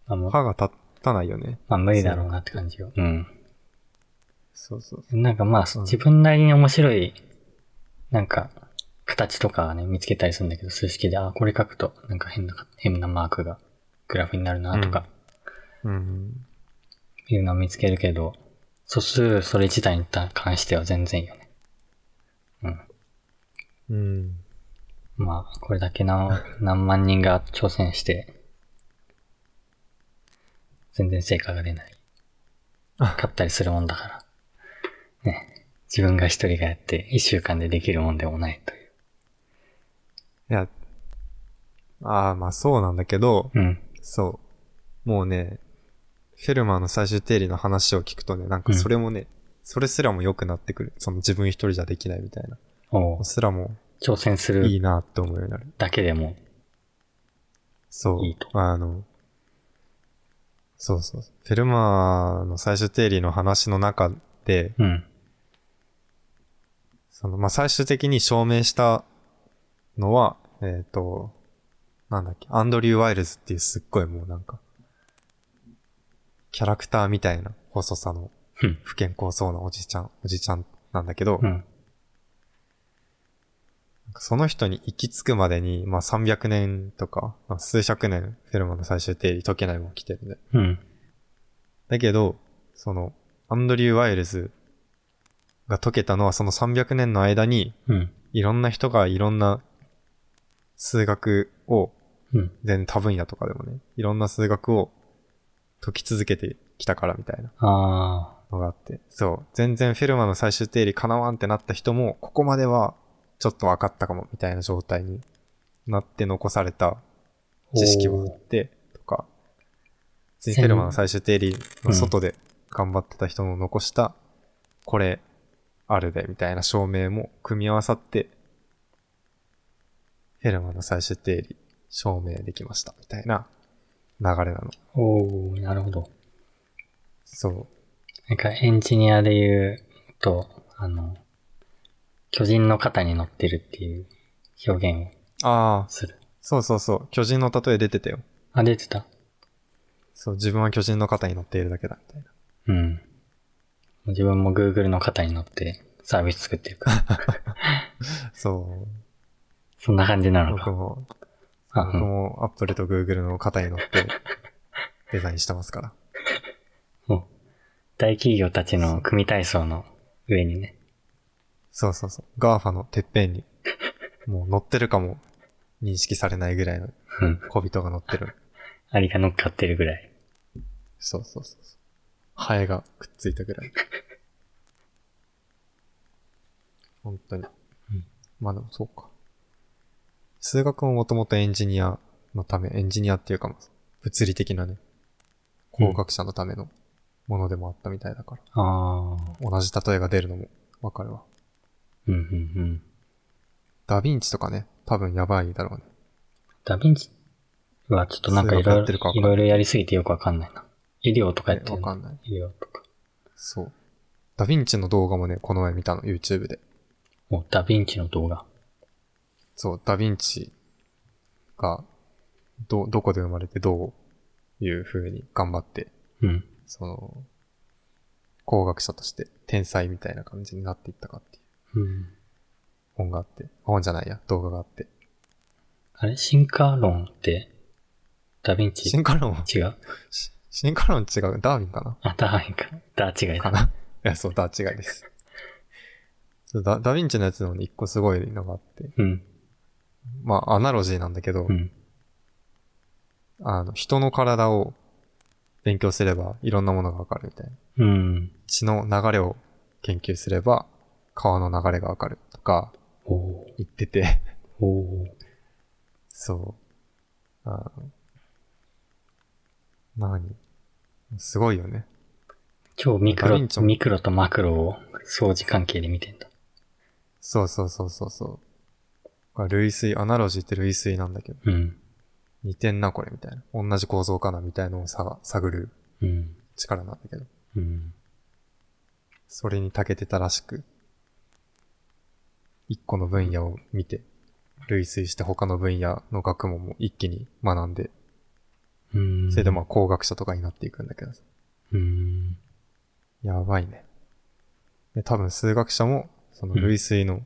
まあ、も
あ、
う
歯が立たないよね。
まあ無理だろうなって感じよ。うん。
そうそう。
なんかまあ、
うん
自分なりに面白い、なんか、形とかね、見つけたりするんだけど、数式で、あ、これ書くと、なんか変な、変なマークが、グラフになるなとか、
うん。
いうのを見つけるけど、素数、それ自体に関しては全然いいよね。
うん。
まあ、これだけ何、 何万人が挑戦して、全然成果が出ない。
あ
勝ったりするもんだから。ね。自分が一人がやって、一週間でできるもんでもないという。
いや、ああ、まあそうなんだけど、
うん。
そう。もうね、フェルマーの最終定理の話を聞くとね、なんかそれもね、それすらも良くなってくる。その自分一人じゃできないみたいな。
おう
すらも
挑戦す
いい
る
なって思うようになる。
だけでも、
そう。
いいと
あの、そうそう。フェルマーの最終定理の話の中で、
うん。
その、まあ、最終的に証明したのは、えっ、と、なんだっけ、アンドリュー・ワイルズっていうすっごいもうなんか、キャラクターみたいな細さの
うん
不健康そうなおじちゃん、おじちゃんなんだけど、
うん。
その人に行き着くまでに、まあ、300年とか、まあ、数百年、フェルマーの最終定理解けないもん来てるんで。
うん。
だけど、その、アンドリュー・ワイルズが解けたのはその300年の間に、
うん。
いろんな人がいろんな数学を、
うん。
全然多分野とかでもね、いろんな数学を解き続けてきたからみたいな
あ
のがあって、そう、全然フェルマの最終定理叶わんってなった人も、ここまではちょっと分かったかもみたいな状態になって残された
あ。
知識
お
もあ
ー
って、とか、普通に
せん
フェルマの最終定理の外で頑張ってた人の残した、これ、あるで、みたいな証明も組み合わさって、フェルマの最終定理、証明できました、みたいな流れなの。
おー、なるほど。
そう。
なんかエンジニアで言うと、あの、巨人の肩に乗ってるっていう表現を
ああ、
する。
そうそうそう。巨人の例え出てたよ。
あ、出てた
そう、自分は巨人の肩に乗っているだけだ、みたいな。
うん。自分も Google の肩に乗ってサービス作ってる から。
そう。
そんな感じなの
僕
か。
も、
あ、う
僕
ん
も Apple と Google の肩に乗ってデザインしてますから。
もう大企業たちの組体操の上にね。
そうそうそう。ガーファのてっぺんに、もう乗ってるかも認識されないぐらいの
うん。
小人が乗ってる。
アリが乗っかってるぐらい。
そうそうそうそう。ハエがくっついたぐらい。本当に。まあでもそうか。数学ももともとエンジニアのため、エンジニアっていうか、物理的なね、工学者のためのものでもあったみたいだから。
ああ。
同じ例えが出るのもわかるわ。
うんうんうん。
ダヴィンチとかね、多分やばいだろうね。
ダヴィンチはちょっとなんかいろ
数学やって
い
るか
ろ、
わかん
い
ない
ろいろやりすぎてよくわかんないな。医療とかやって
わ
る
かんない。
医療とか。
そう。ダヴィンチの動画もね、この前見たの、YouTube で。
もうダヴィンチの動画。
そう、ダヴィンチが、ど、どこで生まれてどういう風に頑張って、
うん。
その、工学者として天才みたいな感じになっていったかっていう
うん。
本があって、本じゃないや、動画があって。
あれ進化論って、ダヴィンチ
進化論、
違う
し進化論違う、ダーウィンかな
あ、ダーウィンか。ダー違い
か
だ。
ないや、そう、ダー違いです。ダダヴィンチのやつのね一個すごいのがあって、
うん。
まあ、アナロジーなんだけど、
うん。
あの、人の体を勉強すればいろんなものがわかるみたいな。
うん。
血の流れを研究すれば川の流れがわかるとか
おお
言ってて、
おお
そう。あの、何すごいよね。
超ミク
ダヴィ
ロ
ンチ、も
ミクロとマクロを相似関係で見てんだ。
そうそうそうそうそう。これ類推、アナロジーって類推なんだけど、
うん。
似てんなこれみたいな。同じ構造かなみたいのをさ探る
うん。
力なんだけど、
うん。
それに長けてたらしく、一個の分野を見て、類推して他の分野の学問も一気に学んで、
うん。
それでまあ工学者とかになっていくんだけどさ
うん。
やばいね。で、多分数学者も、その類推の、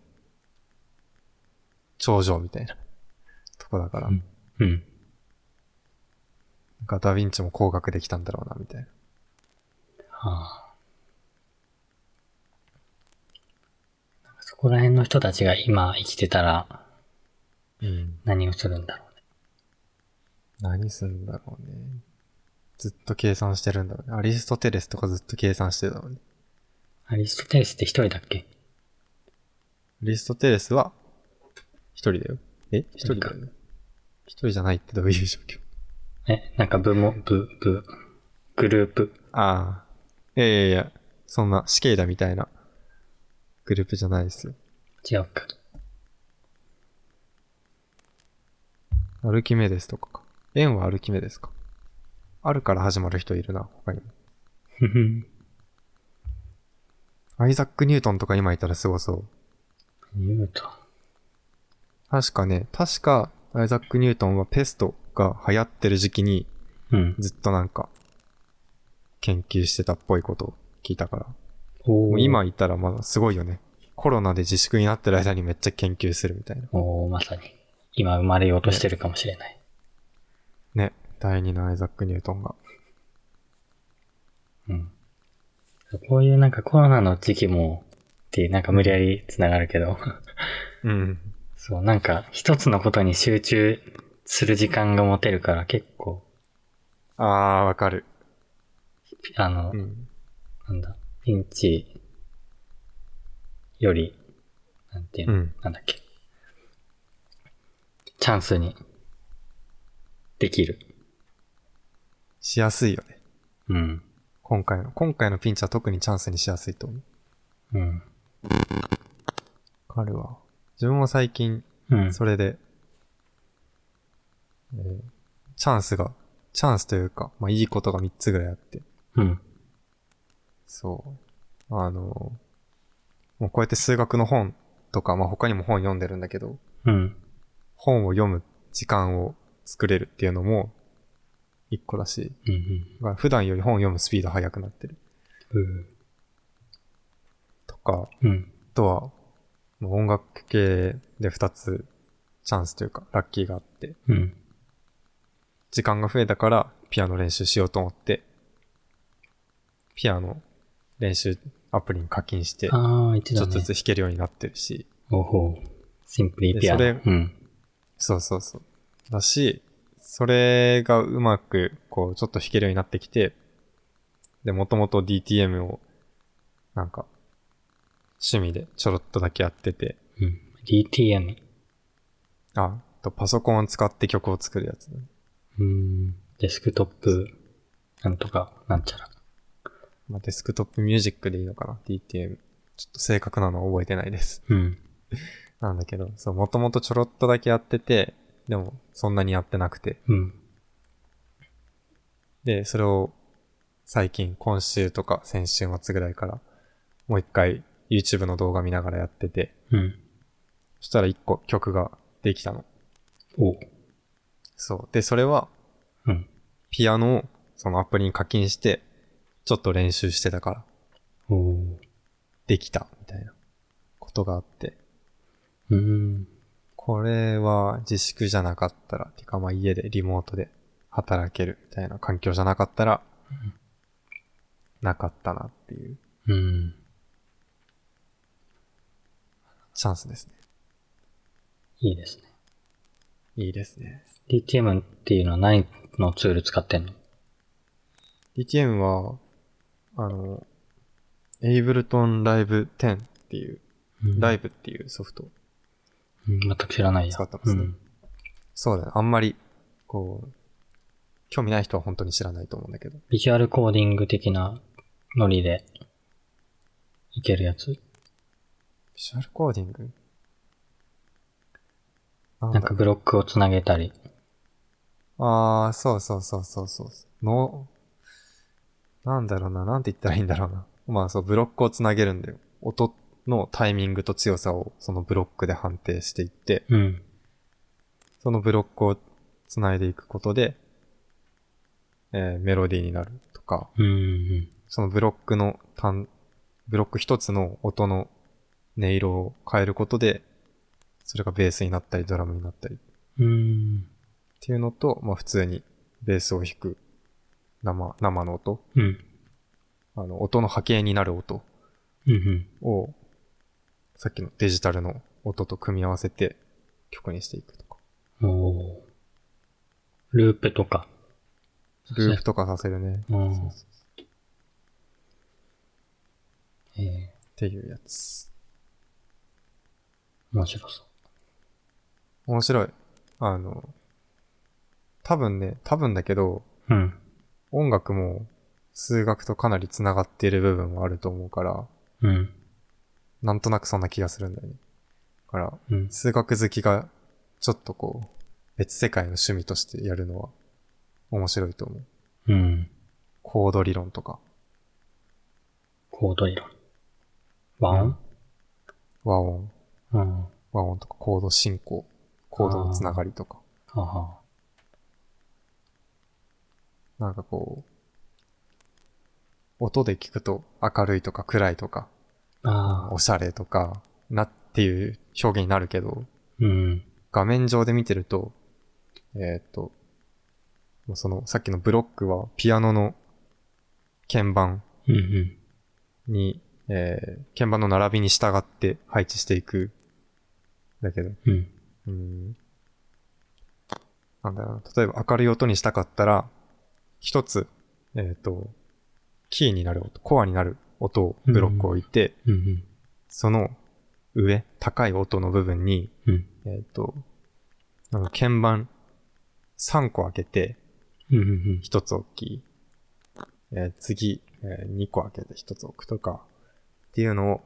頂上みたいな、とこだから、
うんうん。
なんかダヴィンチも工学できたんだろうな、みたいな。
はあ。そこら辺の人たちが今生きてたら
うん。
何をするんだろうね。
何すんだろうね。ずっと計算してるんだろうね。アリストテレスとかずっと計算してるだろうね。
アリストテレスって一人だっけ
アリストテレスは、一人だよ。え一人だよね。一人じゃないってどういう状況
え、なんか部も、部、部、グループ。
ああ。いやいやいや、そんな死刑だみたいなグループじゃないですよ。
違うか。
アルキメデスとかか。円はアルキメデスか。あるから始まる人いるな、他にも。
ふふん
アイザック・ニュートンとか今いたらすごそう。
ニュートン。
確かね、確か、アイザック・ニュートンはペストが流行ってる時期に
うん。
ずっとなんか、研究してたっぽいことを聞いたから。も
おー
う今いたらまだすごいよね。コロナで自粛になってる間にめっちゃ研究するみたいな。
おーまさに。今生まれようとしてるかもしれない。
ね、第二のアイザック・ニュートンが。
うん。こういうなんかコロナの時期も、っていうなんか無理やり繋がるけど、
うん。
そう、なんか一つのことに集中する時間が持てるから結構、
あー、わかる。
あの、
うん。
なんだ、ピンチより、なんていう
う
の、
ん。
なんだっけ。チャンスに、できる。
しやすいよね。
うん。
今回の、今回のピンチは特にチャンスにしやすいと思う。
うん。
彼は。自分も最近、
うん。
それで、えーチャンスが、チャンスというか、まあ、いいことが3つぐらいあって、
うん。
そう。あのー、もうこうやって数学の本とか、まあ、他にも本読んでるんだけど、
うん。
本を読む時間を作れるっていうのも、一個だし、
うん。
だから普段より本を読むスピード速くなってる。
うん。
とか、
うん。
あとは、もう音楽系で2つチャンスというか、ラッキーがあって、
うん。
時間が増えたからピアノ練習しようと思って、ピアノ練習アプリに課金して、ちょ
ああ、一度
っとずつ弾けるようになってるし、
おほう。シンプリーピアノ。
でそ
うん。
そうそうそう。だし、それがうまく、こう、ちょっと弾けるようになってきて、で、もともと DTM を、なんか、趣味でちょろっとだけやってて、
うん。DTM。
あ、あとパソコンを使って曲を作るやつ、ね。
うん。デスクトップ、なんとか、なんちゃら。
まあ、デスクトップミュージックでいいのかな ?DTM。ちょっと正確なのは覚えてないです。
うん。
なんだけど、そう、もともとちょろっとだけやってて、でも、そんなにやってなくて。
うん。
で、それを、最近、今週とか、先週末ぐらいから、もう一回、YouTube の動画見ながらやってて、
うん。
そしたら一個曲ができたの。
おう。
そう。で、それは、
うん。
ピアノを、そのアプリに課金して、ちょっと練習してたから、
おう。
できた、みたいな、ことがあって。
うん。
これは自粛じゃなかったら、てかまあ家でリモートで働けるみたいな環境じゃなかったら、なかったなっていう
うん。
チャンスですね。
いいですね。
いいですね。
DTM っていうのは何のツール使ってんの
DTM は、あの、Ableton Live 10っていう、ライブっていうソフト。
うん全く知らないや。
使ってますね
うん
そうだね。あんまり、こう、興味ない人は本当に知らないと思うんだけど。
ビジュアルコーディング的なノリで、いけるやつ
ビジュアルコーディングなんだ
なんかブロックをつなげたり。
ああ、そうそうそうそうそう。の、なんだろうな、なんて言ったらいいんだろうな。まあそう、ブロックをつなげるんだよ。音のタイミングと強さをそのブロックで判定していって、
うん。
そのブロックをつないでいくことで、えーメロディーになるとか、
うんうん。
そのブロックの単、ブロック一つの音の音色を変えることで、それがベースになったりドラムになったり
うん。
っていうのと、まあ普通にベースを弾く生、生の音、
うん。
あの、音の波形になる音
うんうん。
を、さっきのデジタルの音と組み合わせて曲にしていくとか。
おーループとか。
ループとかさせるね。
うん
そうそうそう
ええ
っていうやつ。
面白そう。
面白い。あの、多分ね、多分だけど、
うん。
音楽も数学とかなり繋がっている部分もあると思うから、
うん。
なんとなくそんな気がするんだよね。だから、
うん。
数学好きが、ちょっとこう、別世界の趣味としてやるのは、面白いと思う。
うん。
コード理論とか、
コード理論。和音
和音、
うん。は
和音とか、コード進行、コードのつながりとか、
は。
なんかこう、音で聞くと明るいとか暗いとか、
ああ。
おしゃれとか、なっていう表現になるけど、
うん。
画面上で見てると、えーっと、もうその、さっきのブロックはピアノの鍵盤
うんうん。
に、えー鍵盤の並びに従って配置していく。だけど、
うん。
うーん。なんだろうな。例えば明るい音にしたかったら、一つ、えっ、と、キーになる音、コアになる音を、ブロックを置いて、
うんうん。
その上、高い音の部分に、
うん。
えっ、と、なんか鍵盤3個開けて、
うんうん
一つ大きい。えー次、えー二個開けて一つ置くとか、っていうのを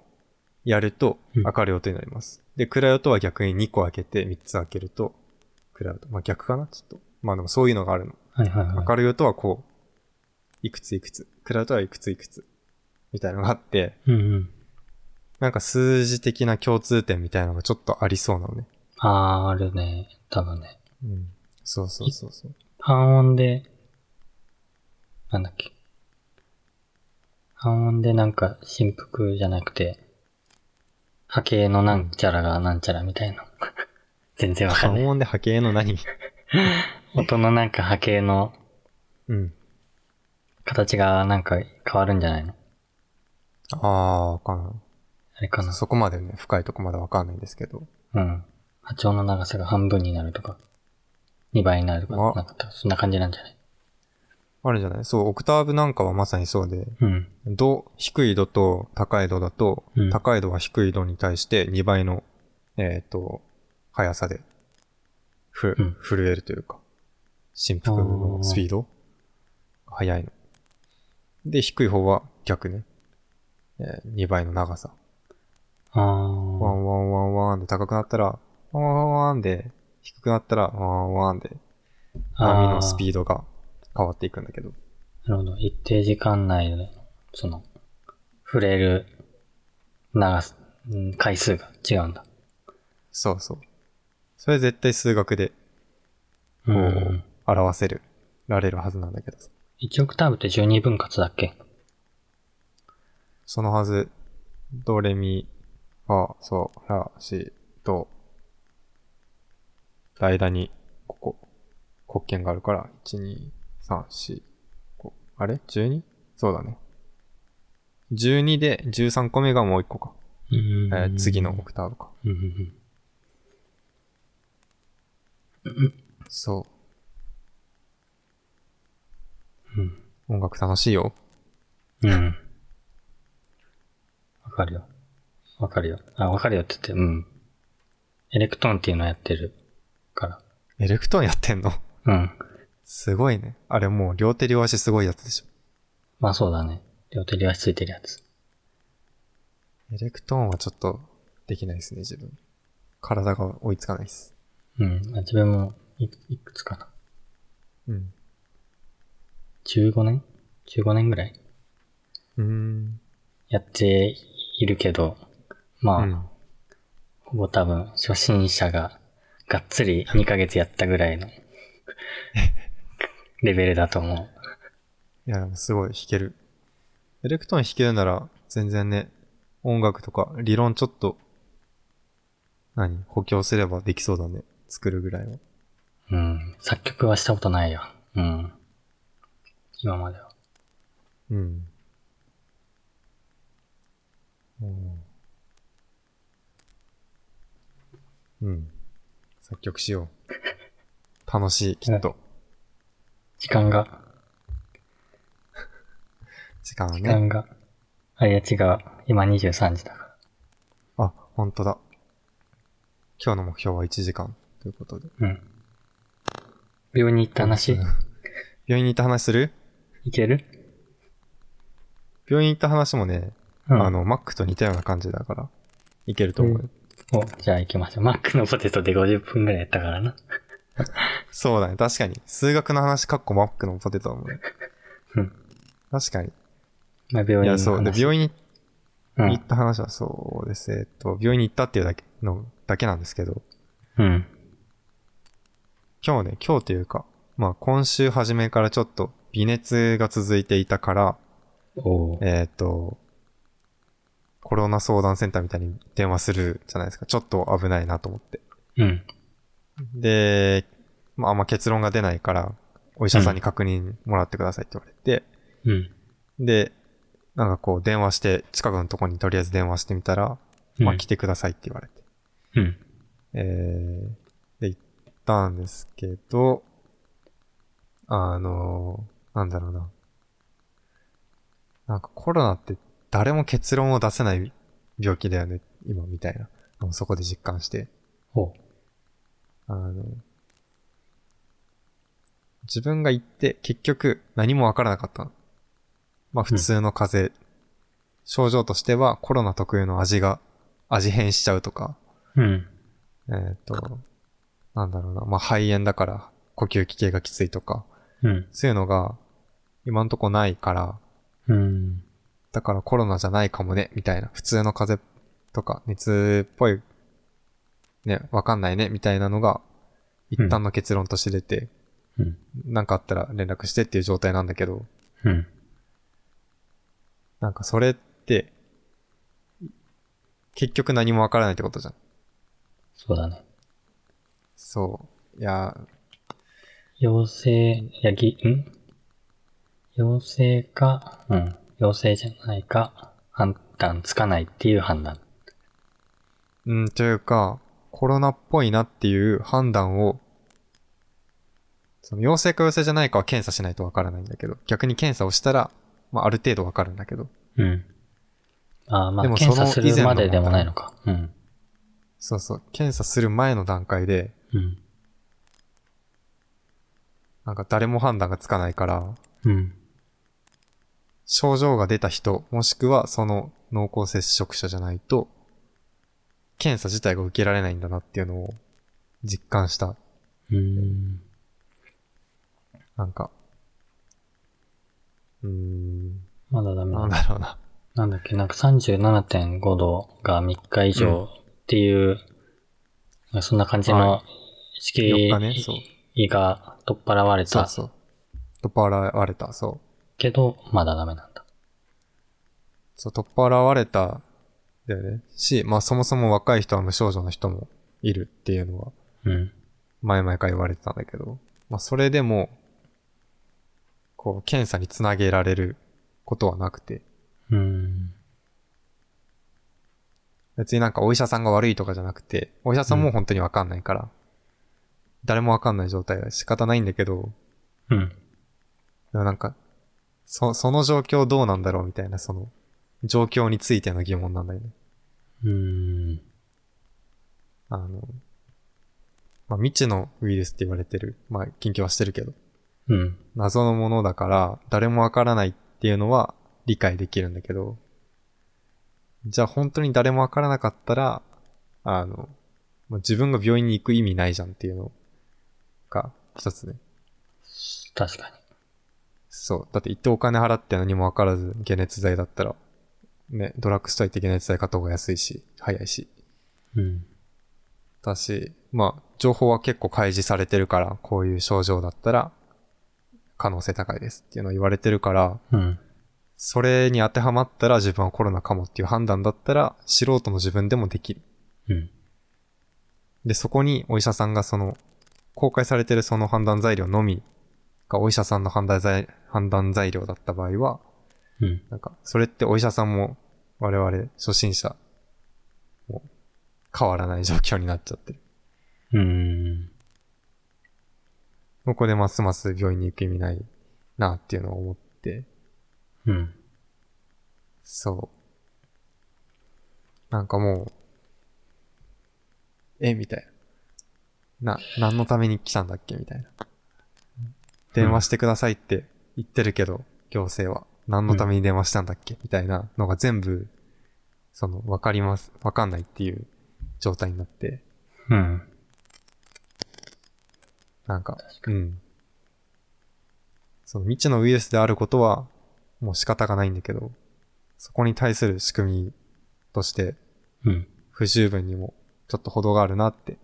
やると
うん
明るい音になります。で、暗い音は逆に二個開けて三つ開けると暗い音。まあ逆かなちょっと。まあでもそういうのがあるの。
はいはいはい。
明るい音はこう、いくついくつ。暗い音はいくついくつ。みたいなのがあって、
うんうん。
なんか数字的な共通点みたいなのがちょっとありそうなのね。
あー、あるね。多分ね。
うん。そうそうそうそう。
半音で、なんだっけ。半音でなんか、振幅じゃなくて、波形のなんちゃらがなんちゃらみたいな。全然わかん
半
ない。
音で波形の何
音のなんか波形の
うん。
形がなんか変わるんじゃないの
ああ、わかんない。
あれかな
そこまでね、深いとこまでわかんないんですけど。
うん。波長の長さが半分になるとか、2倍になるとか
あ、
なんかそんな感じなんじゃない
あるじゃないそう、オクターブなんかはまさにそうで、
うん。
ド、低いドと高いドだと、
うん
高いドは低いドに対して2倍の、えっ、と、速さで、ふ、
うん
震えるというか、振幅のスピードが速いの。で、低い方は逆ね。え2倍の長さ。
あ
ワ
ー。
ンワンワンワンで高くなったら、ワンワンワンで、低くなったら、ワンワンワンで、波のスピ
ー
ードが変わっていくんだけど。
ド。なるほど。一定時間内で、その、触れる長さ、うん回数が違うんだ。
そうそう。それ絶対数学でこう
う。
ん表せる、られるはずなんだけどさ
1オクターブって12分割だっけ
そのはず、ドレミ、ファ、ソ、ラ、シ、ド、間に、ここ、黒鍵があるから、1、2、3、4、5、あれ ?12? そうだね。12で13個目がもう1個か。
うん
えー次のオクターブか。
うんうんうん。
そう。
うん。
音楽楽しいよ。
うん。わかるよ。わかるよ。あ、わかるよって言って、うん。エレクトーンっていうのやってるから。
エレクトーンやってんの
うん。
すごいね。あれもう両手両足すごいやつでしょ。
まあそうだね。両手両足ついてるやつ。
エレクトーンはちょっとできないですね、自分。体が追いつかないです。
うん。まあ自分もいいくつかな。
うん。
15年 ?15 年ぐらいう
ーん。
やっているけど、まあ、
うん
ほぼ多分初心者ががっつり2ヶ月やったぐら いのレベルだと思
いや、でもすごい弾ける。エレクトーン弾けるなら、全然ね、音楽とか理論ちょっと、何補強すればできそうだね。作るぐらいは。
う。うん。作曲はしたことないよ。うん。今までは。
うん。うん。うん。作曲しよう。 楽しい、きっと。
時間が、
時間は
時
ね。
間が、あ、いや違う。今23時だから。
あ、ほんとだ。今日の目標は1時間ということで。
うん。病院に行った話、
病院に行った話する
いける
病院行った話もね、
うん。
あの、マックと似たような感じだから、いけると思うよ。
うお、じゃあ行きましょう。マックのポテトで50分ぐらいやったからな。
そうだね、確かに。数学の話、かっこマックのポテトだもんね。
うん。
確かに。
まあ、病院の
い
話。
や、そう。で、病院に
う
行
ん
っ。た話はそうです。えっと、病院に行ったっていうだけの、だけなんですけど、
うん。
今日ね、今日というか、まあ今週初めからちょっと微熱が続いていたから、
おー
えっ、と、コロナ相談センターみたいに電話するじゃないですか。ちょっと危ないなと思って。
うん。
で、まああんま結論が出ないから、お医者さんに確認もらってくださいって言われて、
うん。
で、なんかこう電話して、近くのとこにとりあえず電話してみたら、
うん
まあ来てくださいって言われて。
うん。
えー、で、行ったんですけど、あのー、なんだろうな。なんかコロナって誰も結論を出せない病気だよね、今みたいな。あのそこで実感して。
おう。
あの、自分が行って結局何もわからなかったの。まあ普通の風邪、症状としてはコロナ特有の味が、味変しちゃうとか、
うん。
えっ、と、なんだろうな、まあ、肺炎だから呼吸器系がきついとか、
うん。
そういうのが今んとこないから、
うん。
だからコロナじゃないかもね、みたいな、普通の風邪とか熱っぽい、ね、わかんないね、みたいなのが、一旦の結論として出て、
うん。
なんかあったら連絡してっていう状態なんだけど、
うん。
なんかそれって、結局何もわからないってことじゃん。
そうだね。
そう。いや
陽性、いやぎ、ん陽性か、うん。陽性じゃないか、判断つかないっていう判断。
ー、うん、というか、コロナっぽいなっていう判断を、その陽性か陽性じゃないかは検査しないとわからないんだけど、逆に検査をしたら、まあある程度わかるんだけど、
うん。ああ、まあ
で、も
検査
そ
す
の以前
る
の
まででもないのか。うん。
そうそう、検査する前の段階で、
うん。
なんか誰も判断がつかないから、
うん。
症状が出た人、もしくはその濃厚接触者じゃないと、検査自体が受けられないんだなっていうのを実感した。
うん。
なんか、うーん、
まだダメ
な
だ
ん。だろうな。
なんだっけ、なんか37.5度が3日以上っていう、なんかそんな感じの
は
敷
4日ね、そう。
居が取っ払われ
そう
た
そう。取っ払われた、そう。
けど、まだダメなんだ。
そう、取っ払われた、だよね。し、まあそもそも若い人は無症状の人もいるっていうのは、
うん。
前々から言われてたんだけど、まあそれでも、こう、検査につなげられることはなくて、
うん。
別になんかお医者さんが悪いとかじゃなくて、お医者さんも本当にわかんないから、誰もわかんない状態は仕方ないんだけど、
うん。
でもなんか、そ、その状況どうなんだろうみたいな、その、状況についての疑問なんだよね。
うん。
あの、まあ、未知のウイルスって言われてる。まあ、研究はしてるけど、
うん。
謎のものだから、誰もわからないっていうのは理解できるんだけど、じゃあ本当に誰もわからなかったら、あの、もう自分が病院に行く意味ないじゃんっていうのが一つね。
確かに。
そう。だって行ってお金払って何もわからず解熱剤だったら、ね、ドラッグストア行って解熱剤買った方が安いし、早いし。
うん。
だし、まあ、情報は結構開示されてるから、こういう症状だったら、可能性高いですっていうのを言われてるから、
うん。
それに当てはまったら自分はコロナかもっていう判断だったら、素人の自分でもできる。
うん。
で、そこにお医者さんがその、公開されてるその判断材料のみがお医者さんの判断材判断材料だった場合は、
うん。
なんか、それってお医者さんも我々初心者も変わらない状況になっちゃってる。
うん。
ここでますます病院に行く意味ないなっていうのを思って、
うん。
そう。なんかもう、えみたいな。な、何のために来たんだっけみたいな。電話してくださいって言ってるけど、行政は。何のために電話したんだっけみたいなのが全部、その、わかります、わかんないっていう状態になって、
うん。
なんか、うん。その未知のウイルスであることは、もう仕方がないんだけど、そこに対する仕組みとして、
うん。
不十分にもちょっと程があるなって、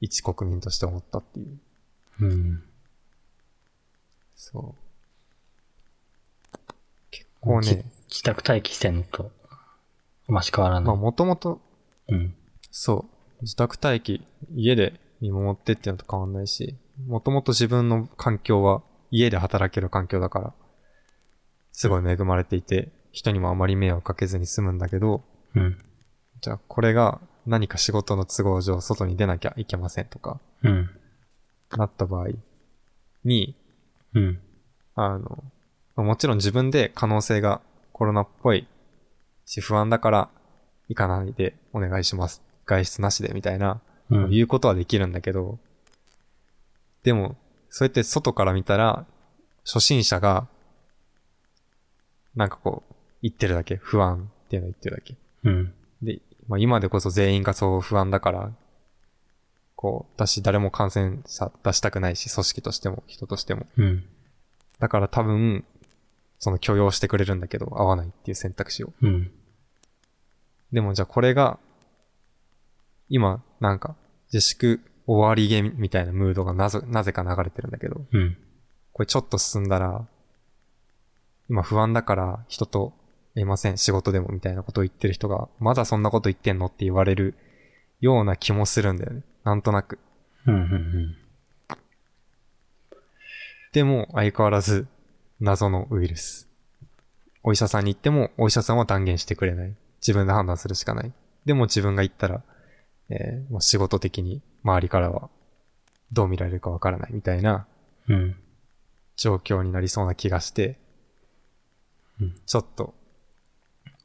一国民として思ったっていう。
うん。
そう。結構ね、
自宅待機してんのと、あまし変わ
ま
らな
あ
い。
もともと、
うん。
そう、自宅待機、家で見守ってっていうのと変わんないし、もともと自分の環境は家で働ける環境だから、すごい恵まれていて、人にもあまり迷惑かけずに済むんだけど、
うん。
じゃあこれが何か仕事の都合上外に出なきゃいけませんとか、
うん。
なった場合に、
うん。
あの、まあもちろん自分で可能性がコロナっぽいし不安だから行かないでお願いします。外出なしでみたいな、
うん。
言うことはできるんだけど、でも、そうやって外から見たら、初心者が、なんかこう、言ってるだけ、不安っていうのを言ってるだけ。
うん。
で、まあ、今でこそ全員がそう不安だから、こう、私誰も感染者出したくないし、組織としても、人としても。
うん。
だから多分、その許容してくれるんだけど、合わないっていう選択肢を。
うん。
でもじゃあこれが、今、なんか、自粛終わりげみたいなムードがなぜ、なぜか流れてるんだけど、
うん。
これちょっと進んだら、今不安だから人と会いません、仕事でもみたいなことを言ってる人が、まだそんなこと言ってんのって言われるような気もするんだよね。なんとなく。
うん。うん。
でも相変わらず謎のウイルス。お医者さんに行ってもお医者さんは断言してくれない。自分で判断するしかない。でも自分が行ったら、えーまあ、仕事的に周りからはどう見られるかわからないみたいな
うん。
状況になりそうな気がして、
うん
ちょっと、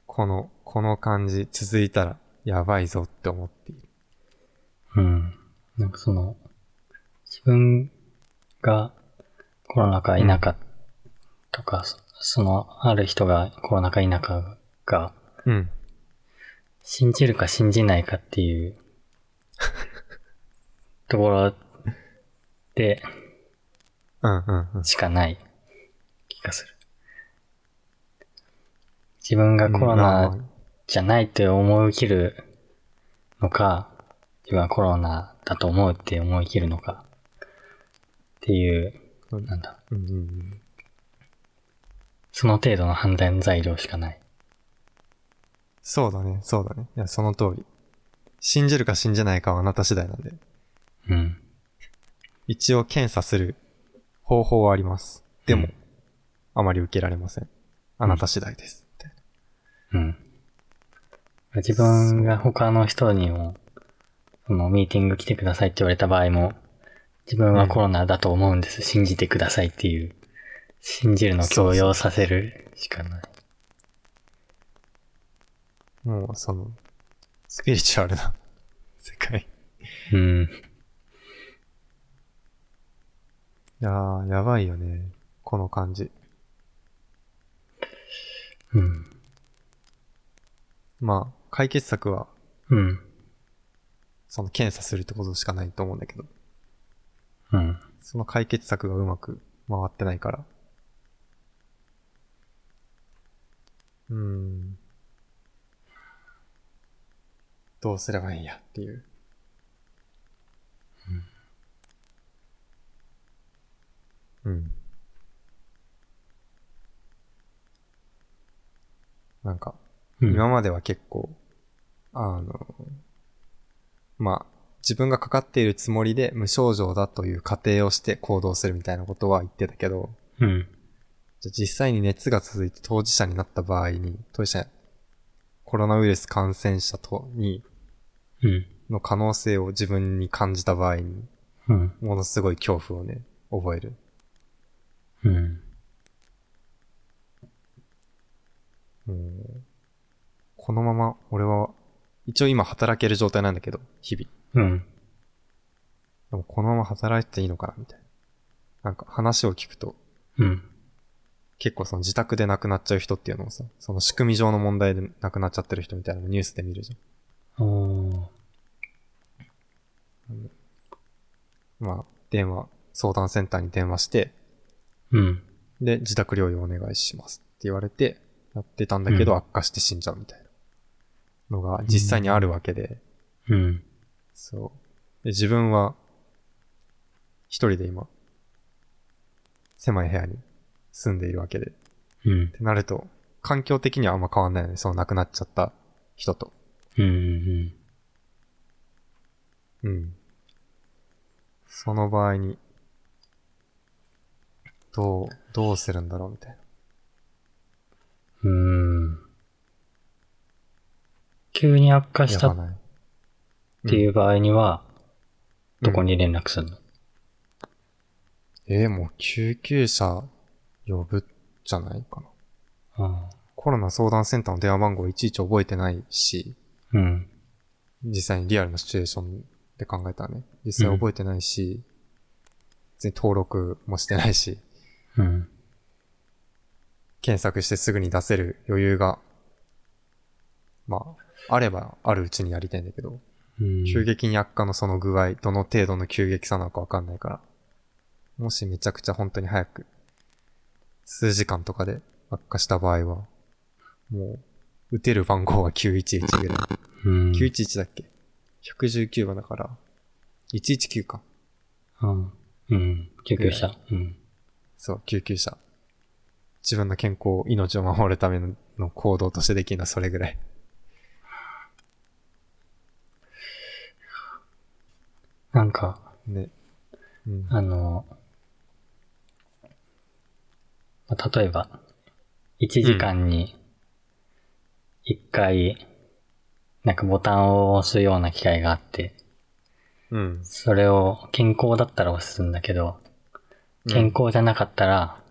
この、この感じ続いたらやばいぞって思っている。
うん。なんかその、自分がコロナか否かとか、そその、ある人がコロナか否かが、
うん。
信じるか信じないかっていうところで
うんうんうん。
しかない気がする。自分がコロ
う
ナ
ん
じゃないって思い切るのか、自分はコロナだと思うって思い切るのか、っていう、
うん
なんだ、
うんうん
その程度の判断材料しかない。
そうだね、そうだね。いや、その通り。信じるか信じないかはあなた次第なんで。
うん。
一応検査する方法はあります。でも、
うん
あまり受けられません。あなた次第です。みたいな
うん。自分が他の人にも、そのミーティング来てくださいって言われた場合も、自分はコロナだと思うんです。信じてくださいっていう、信じるのを強要させるしかない。
もう、その、スピリチュアルな 世界。
うん。
いやー、やばいよね。この感じ。
うん。
まあ、解決策は、
うん。
その検査するってことしかないと思うんだけど、
うん。
その解決策がうまく回ってないから。うーん。どうすればいいんやっていう。うん。なんか、
うん。
今までは結構、あの、まあ、自分がかかっているつもりで無症状だという仮定をして行動するみたいなことは言ってたけど、
うん。
じゃあ実際に熱が続いて当事者になった場合に、当事者、コロナウイルス感染者とに、
うん。
の可能性を自分に感じた場合に、
うん。
ものすごい恐怖をね、覚える。
うん。
うんこのまま俺は、一応今働ける状態なんだけど、日々。
うん。
でもこのまま働いていいのかなみたいな。なんか話を聞くと、
うん。
結構その自宅で亡くなっちゃう人っていうのをさ、その仕組み上の問題で亡くなっちゃってる人みたいなのニュースで見るじ
おー。
ゃん。まあ、電話、相談センターに電話して、
うん。
で、自宅療養お願いしますって言われて、やってたんだけど
うん
悪化して死んじゃうみたいなのが実際にあるわけで、
うん。
そう。で、自分は、一人で今、狭い部屋に住んでいるわけで、
うん
っ。てなると、環境的にはあんま変わんないよね。その亡くなっちゃった人と。
うん。う
う
ん。
ん。その場合に、どう、どうするんだろうみたいな。
うん。急に悪化した
やば
っ
ない。
ていう場合には、
うん
どこに連絡するの
えーもう救急車呼ぶじゃないかな。
あ
コロナ相談センターの電話番号いちいち覚えてないし、
ーうん。
実際にリアルなシチュエーションで考えたらね。実際覚えてないし、別に登録もしてないし。
うん。
検索してすぐに出せる余裕が、まあ、あればあるうちにやりたいんだけど、
うん。
急激に悪化のその具合、どの程度の急激さなのかわかんないから、もしめちゃくちゃ本当に早く、数時間とかで悪化した場合は、もう、打てる番号は911ぐらい。
うん。
911だっけ ?119 番だから、119か。
うん。うん。救急車。うん。
そう、救急車。自分の健康、命を守るための行動としてできるのはそれぐらい。
なんか、
ね。うん。
あの、まあ例えば、1時間に1回、なんかボタンを押すような機会があって、
うん。
それを健康だったら押すんだけど、健康じゃなかったら、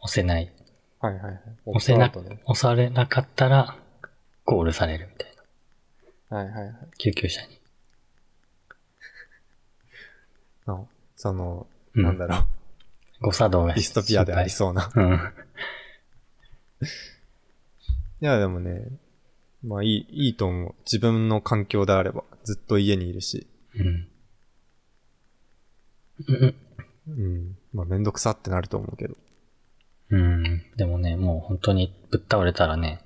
押せない。
はいはいはい。
押せな
くね。
押されなかったら、ゴールされるみたいな。
はいはいはい。
救急車に。
の、その、
うん
なんだ ろう、
誤作動が
ディストピアでありそうな。
う。うん。
いやでもね、まあいい、いいと思う。自分の環境であれば、ずっと家にいるし。
うん。うん
うん。まあめんどくさってなると思うけど。
うん。でもね、もう本当にぶっ倒れたらね、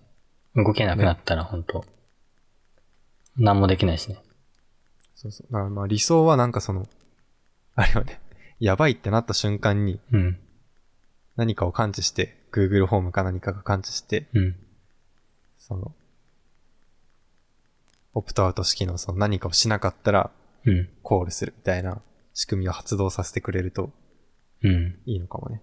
動けなくなったら本当、何もできないしね。
そうそう。だからまあ理想はなんかその、あれよね、 やばいってなった瞬間に
うん。
何かを感知して、Google ホームか何かが感知して、
うん。
その、オプトアウト式のその何かをしなかったら、
うん。
コールするみたいな仕組みを発動させてくれると
うん。
いいのかもね。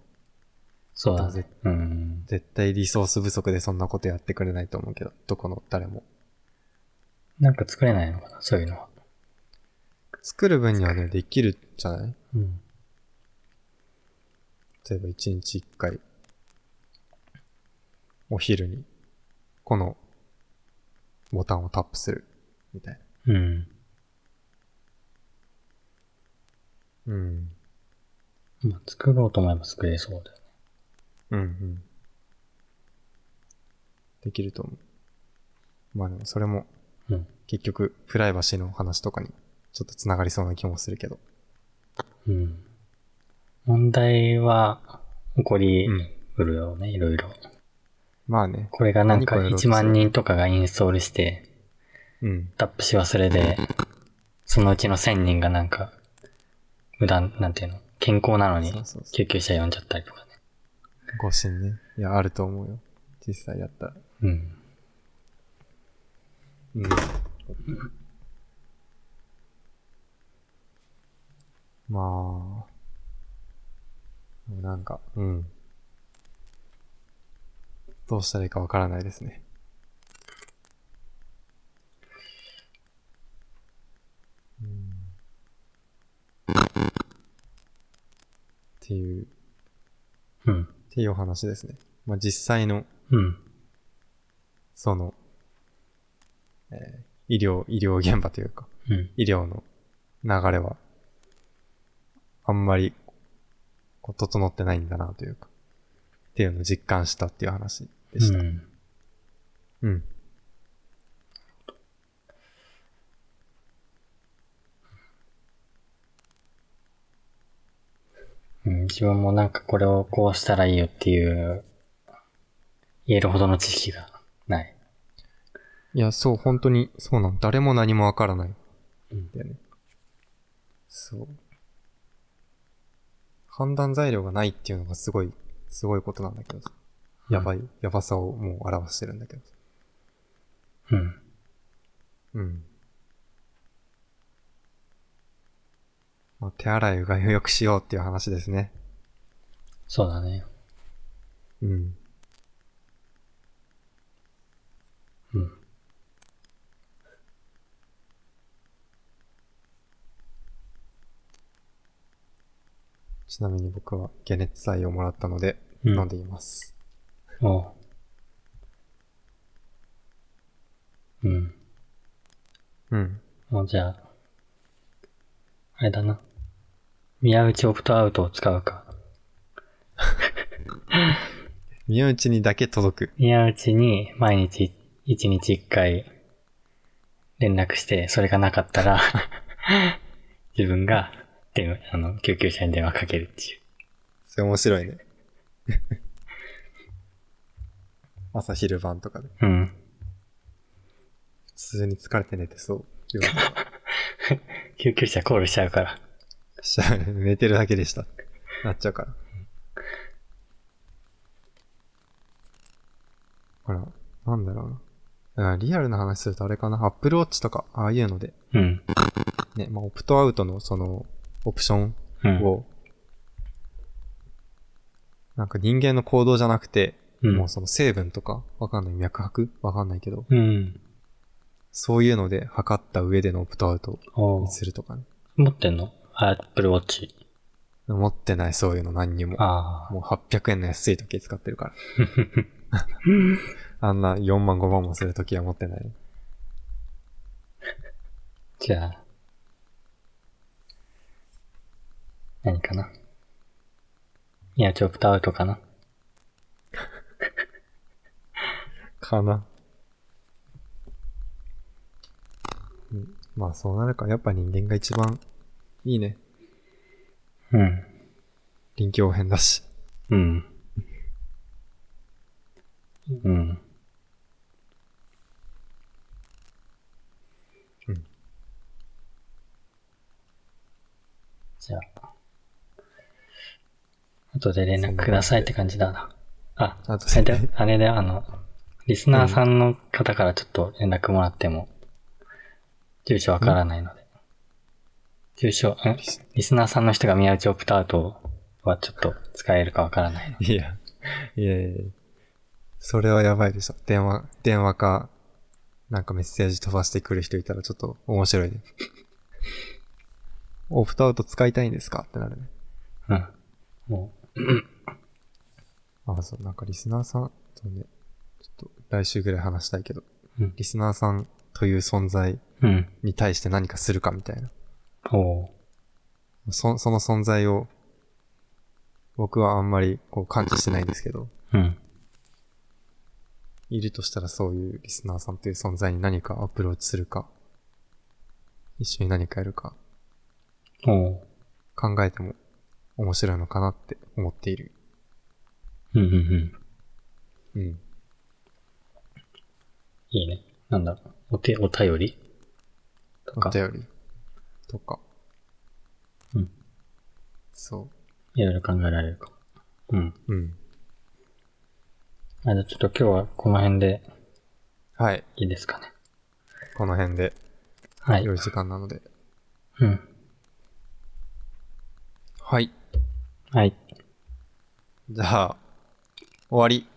そうだ
どう
ね
せ。
うん。
絶対リソース不足でそんなことやってくれないと思うけど、どこの誰も。
なんか作れないのかな、そういうのは。
作る分にはね、できるじゃない
うん。
例えば1日1回、お昼に、このボタンをタップする、みたい
うん。
な。うん。
まあ、作ろうと思えば作れそうだよね。
うんうん。できると思う。まあでもそれも、
ううん
結局、プライバシーの話とかに、ちょっと繋がりそうな気もするけど。
うん。問題は起こり
うん
うるよね、いろいろ。
まあね。
これがなん
何か
か
やろうとす
1
る
万人とかがインストールして、
うん。
タップし忘れで、そのうちの1000人がなんか、無駄、なんていうの、健康なのに
そうそうそう。
救急車呼んじゃったりとかね。
誤信ね。いや、あると思うよ。実際やったら。
うん。
うん。まあ、なんか、うん。どうしたらいいかわからないですね。うんっていう、
うん。
っていうお話ですね。まあ実際の、
うん。
その、えー医療、医療現場というか、
うん。
医療の流れは、あんまり、こう、整ってないんだなというか、っていうのを実感したっていう話でした。
う
うん。
ん。うん自分もなんかこれをこうしたらいいよっていう、言えるほどの知識がない。
いや、そう、本当に、そうなの。誰も何もわからない。
うん
だよね。そう。判断材料がないっていうのがすごい、すごいことなんだけどさ。やばい、やばさをもう表してるんだけどさ。
うん。
うん。まあ、手洗いうがいをよくしようっていう話ですね。
そうだね。
うん。
うん。
ちなみに僕は解熱剤をもらったので、
うん
飲んでいます。
おう。うん。
うん。
もうじゃあ、あれだな。宮内オプトアウトを使うか。
身内にだけ届く。
宮内に毎日、一日一回、連絡して、それがなかったら、 自分が、電話あの、救急車に電話かけるっていう。
それ面白いね。 朝昼晩とかで。
うん。
普通に疲れて寝てそう。夜
救急車コールしちゃうから。
しゃ 寝てるだけでした。なっちゃうから。ほら、なんだろうな。あリアルな話するとあれかな。アップルウォッチとか、ああいうので、
うん。
ね、まあ、オプトアウトのその、オプション
うん。
を、なんか人間の行動じゃなくて、
うん
もうその成分とか、わかんない、脈拍わかんないけど、
うん。
そういうので測った上でのオプトアウト
おう
にするとかね。
持ってんのアップルウォッチ。
持ってない、そういうの何にも。
ああ。
もう800円の安い時計使ってるから。あんな4万5万もする時計は持ってない。
じゃあ。何かな。宮内オプトアウトかな。
かな。うんまあそうなるか。やっぱ人間が一番いいね。
うん。
臨機応変だし。
うん。うん。
うん
じゃあ。後で連絡くださいって感じだな。あ、
あと
あれだよ、あれだよ、あの、リスナーさんの方からちょっと連絡もらっても、住所わからないので。住所、ん
リス
リスナーさんの人が宮内オプトアウトはちょっと使えるかわからないの。
いや、いやいやいやそれはやばいでしょ。電話、電話か、なんかメッセージ飛ばしてくる人いたらちょっと面白いね。 オプトアウト使いたいんですかってなるね。
うん。も
あ、そう、なんかリスナーさんとね、ちょっと来週ぐらい話したいけど、
うん
リスナーさんという存在
う、うん。
に対して何かするかみたいな。
おう
そその存在を、僕はあんまりこう感知してないんですけど、
うん。
いるとしたらそういうリスナーさんという存在に何かアプローチするか、一緒に何かやるか、
おう。
考えても面白いのかなって思っている。
うんうんうん。
うん。
いいね。なんだろう。お手、お便りと
お
か、
便りとか。
うん。
そ
いろいろ考えられるかも。うん。
う。うん。
あ、じゃあちょっと今日はこの辺で
はい。
いいですかね。
この辺で
はい。
良い時間なので。
うん。
はい。
はい。
じゃあ、終わり。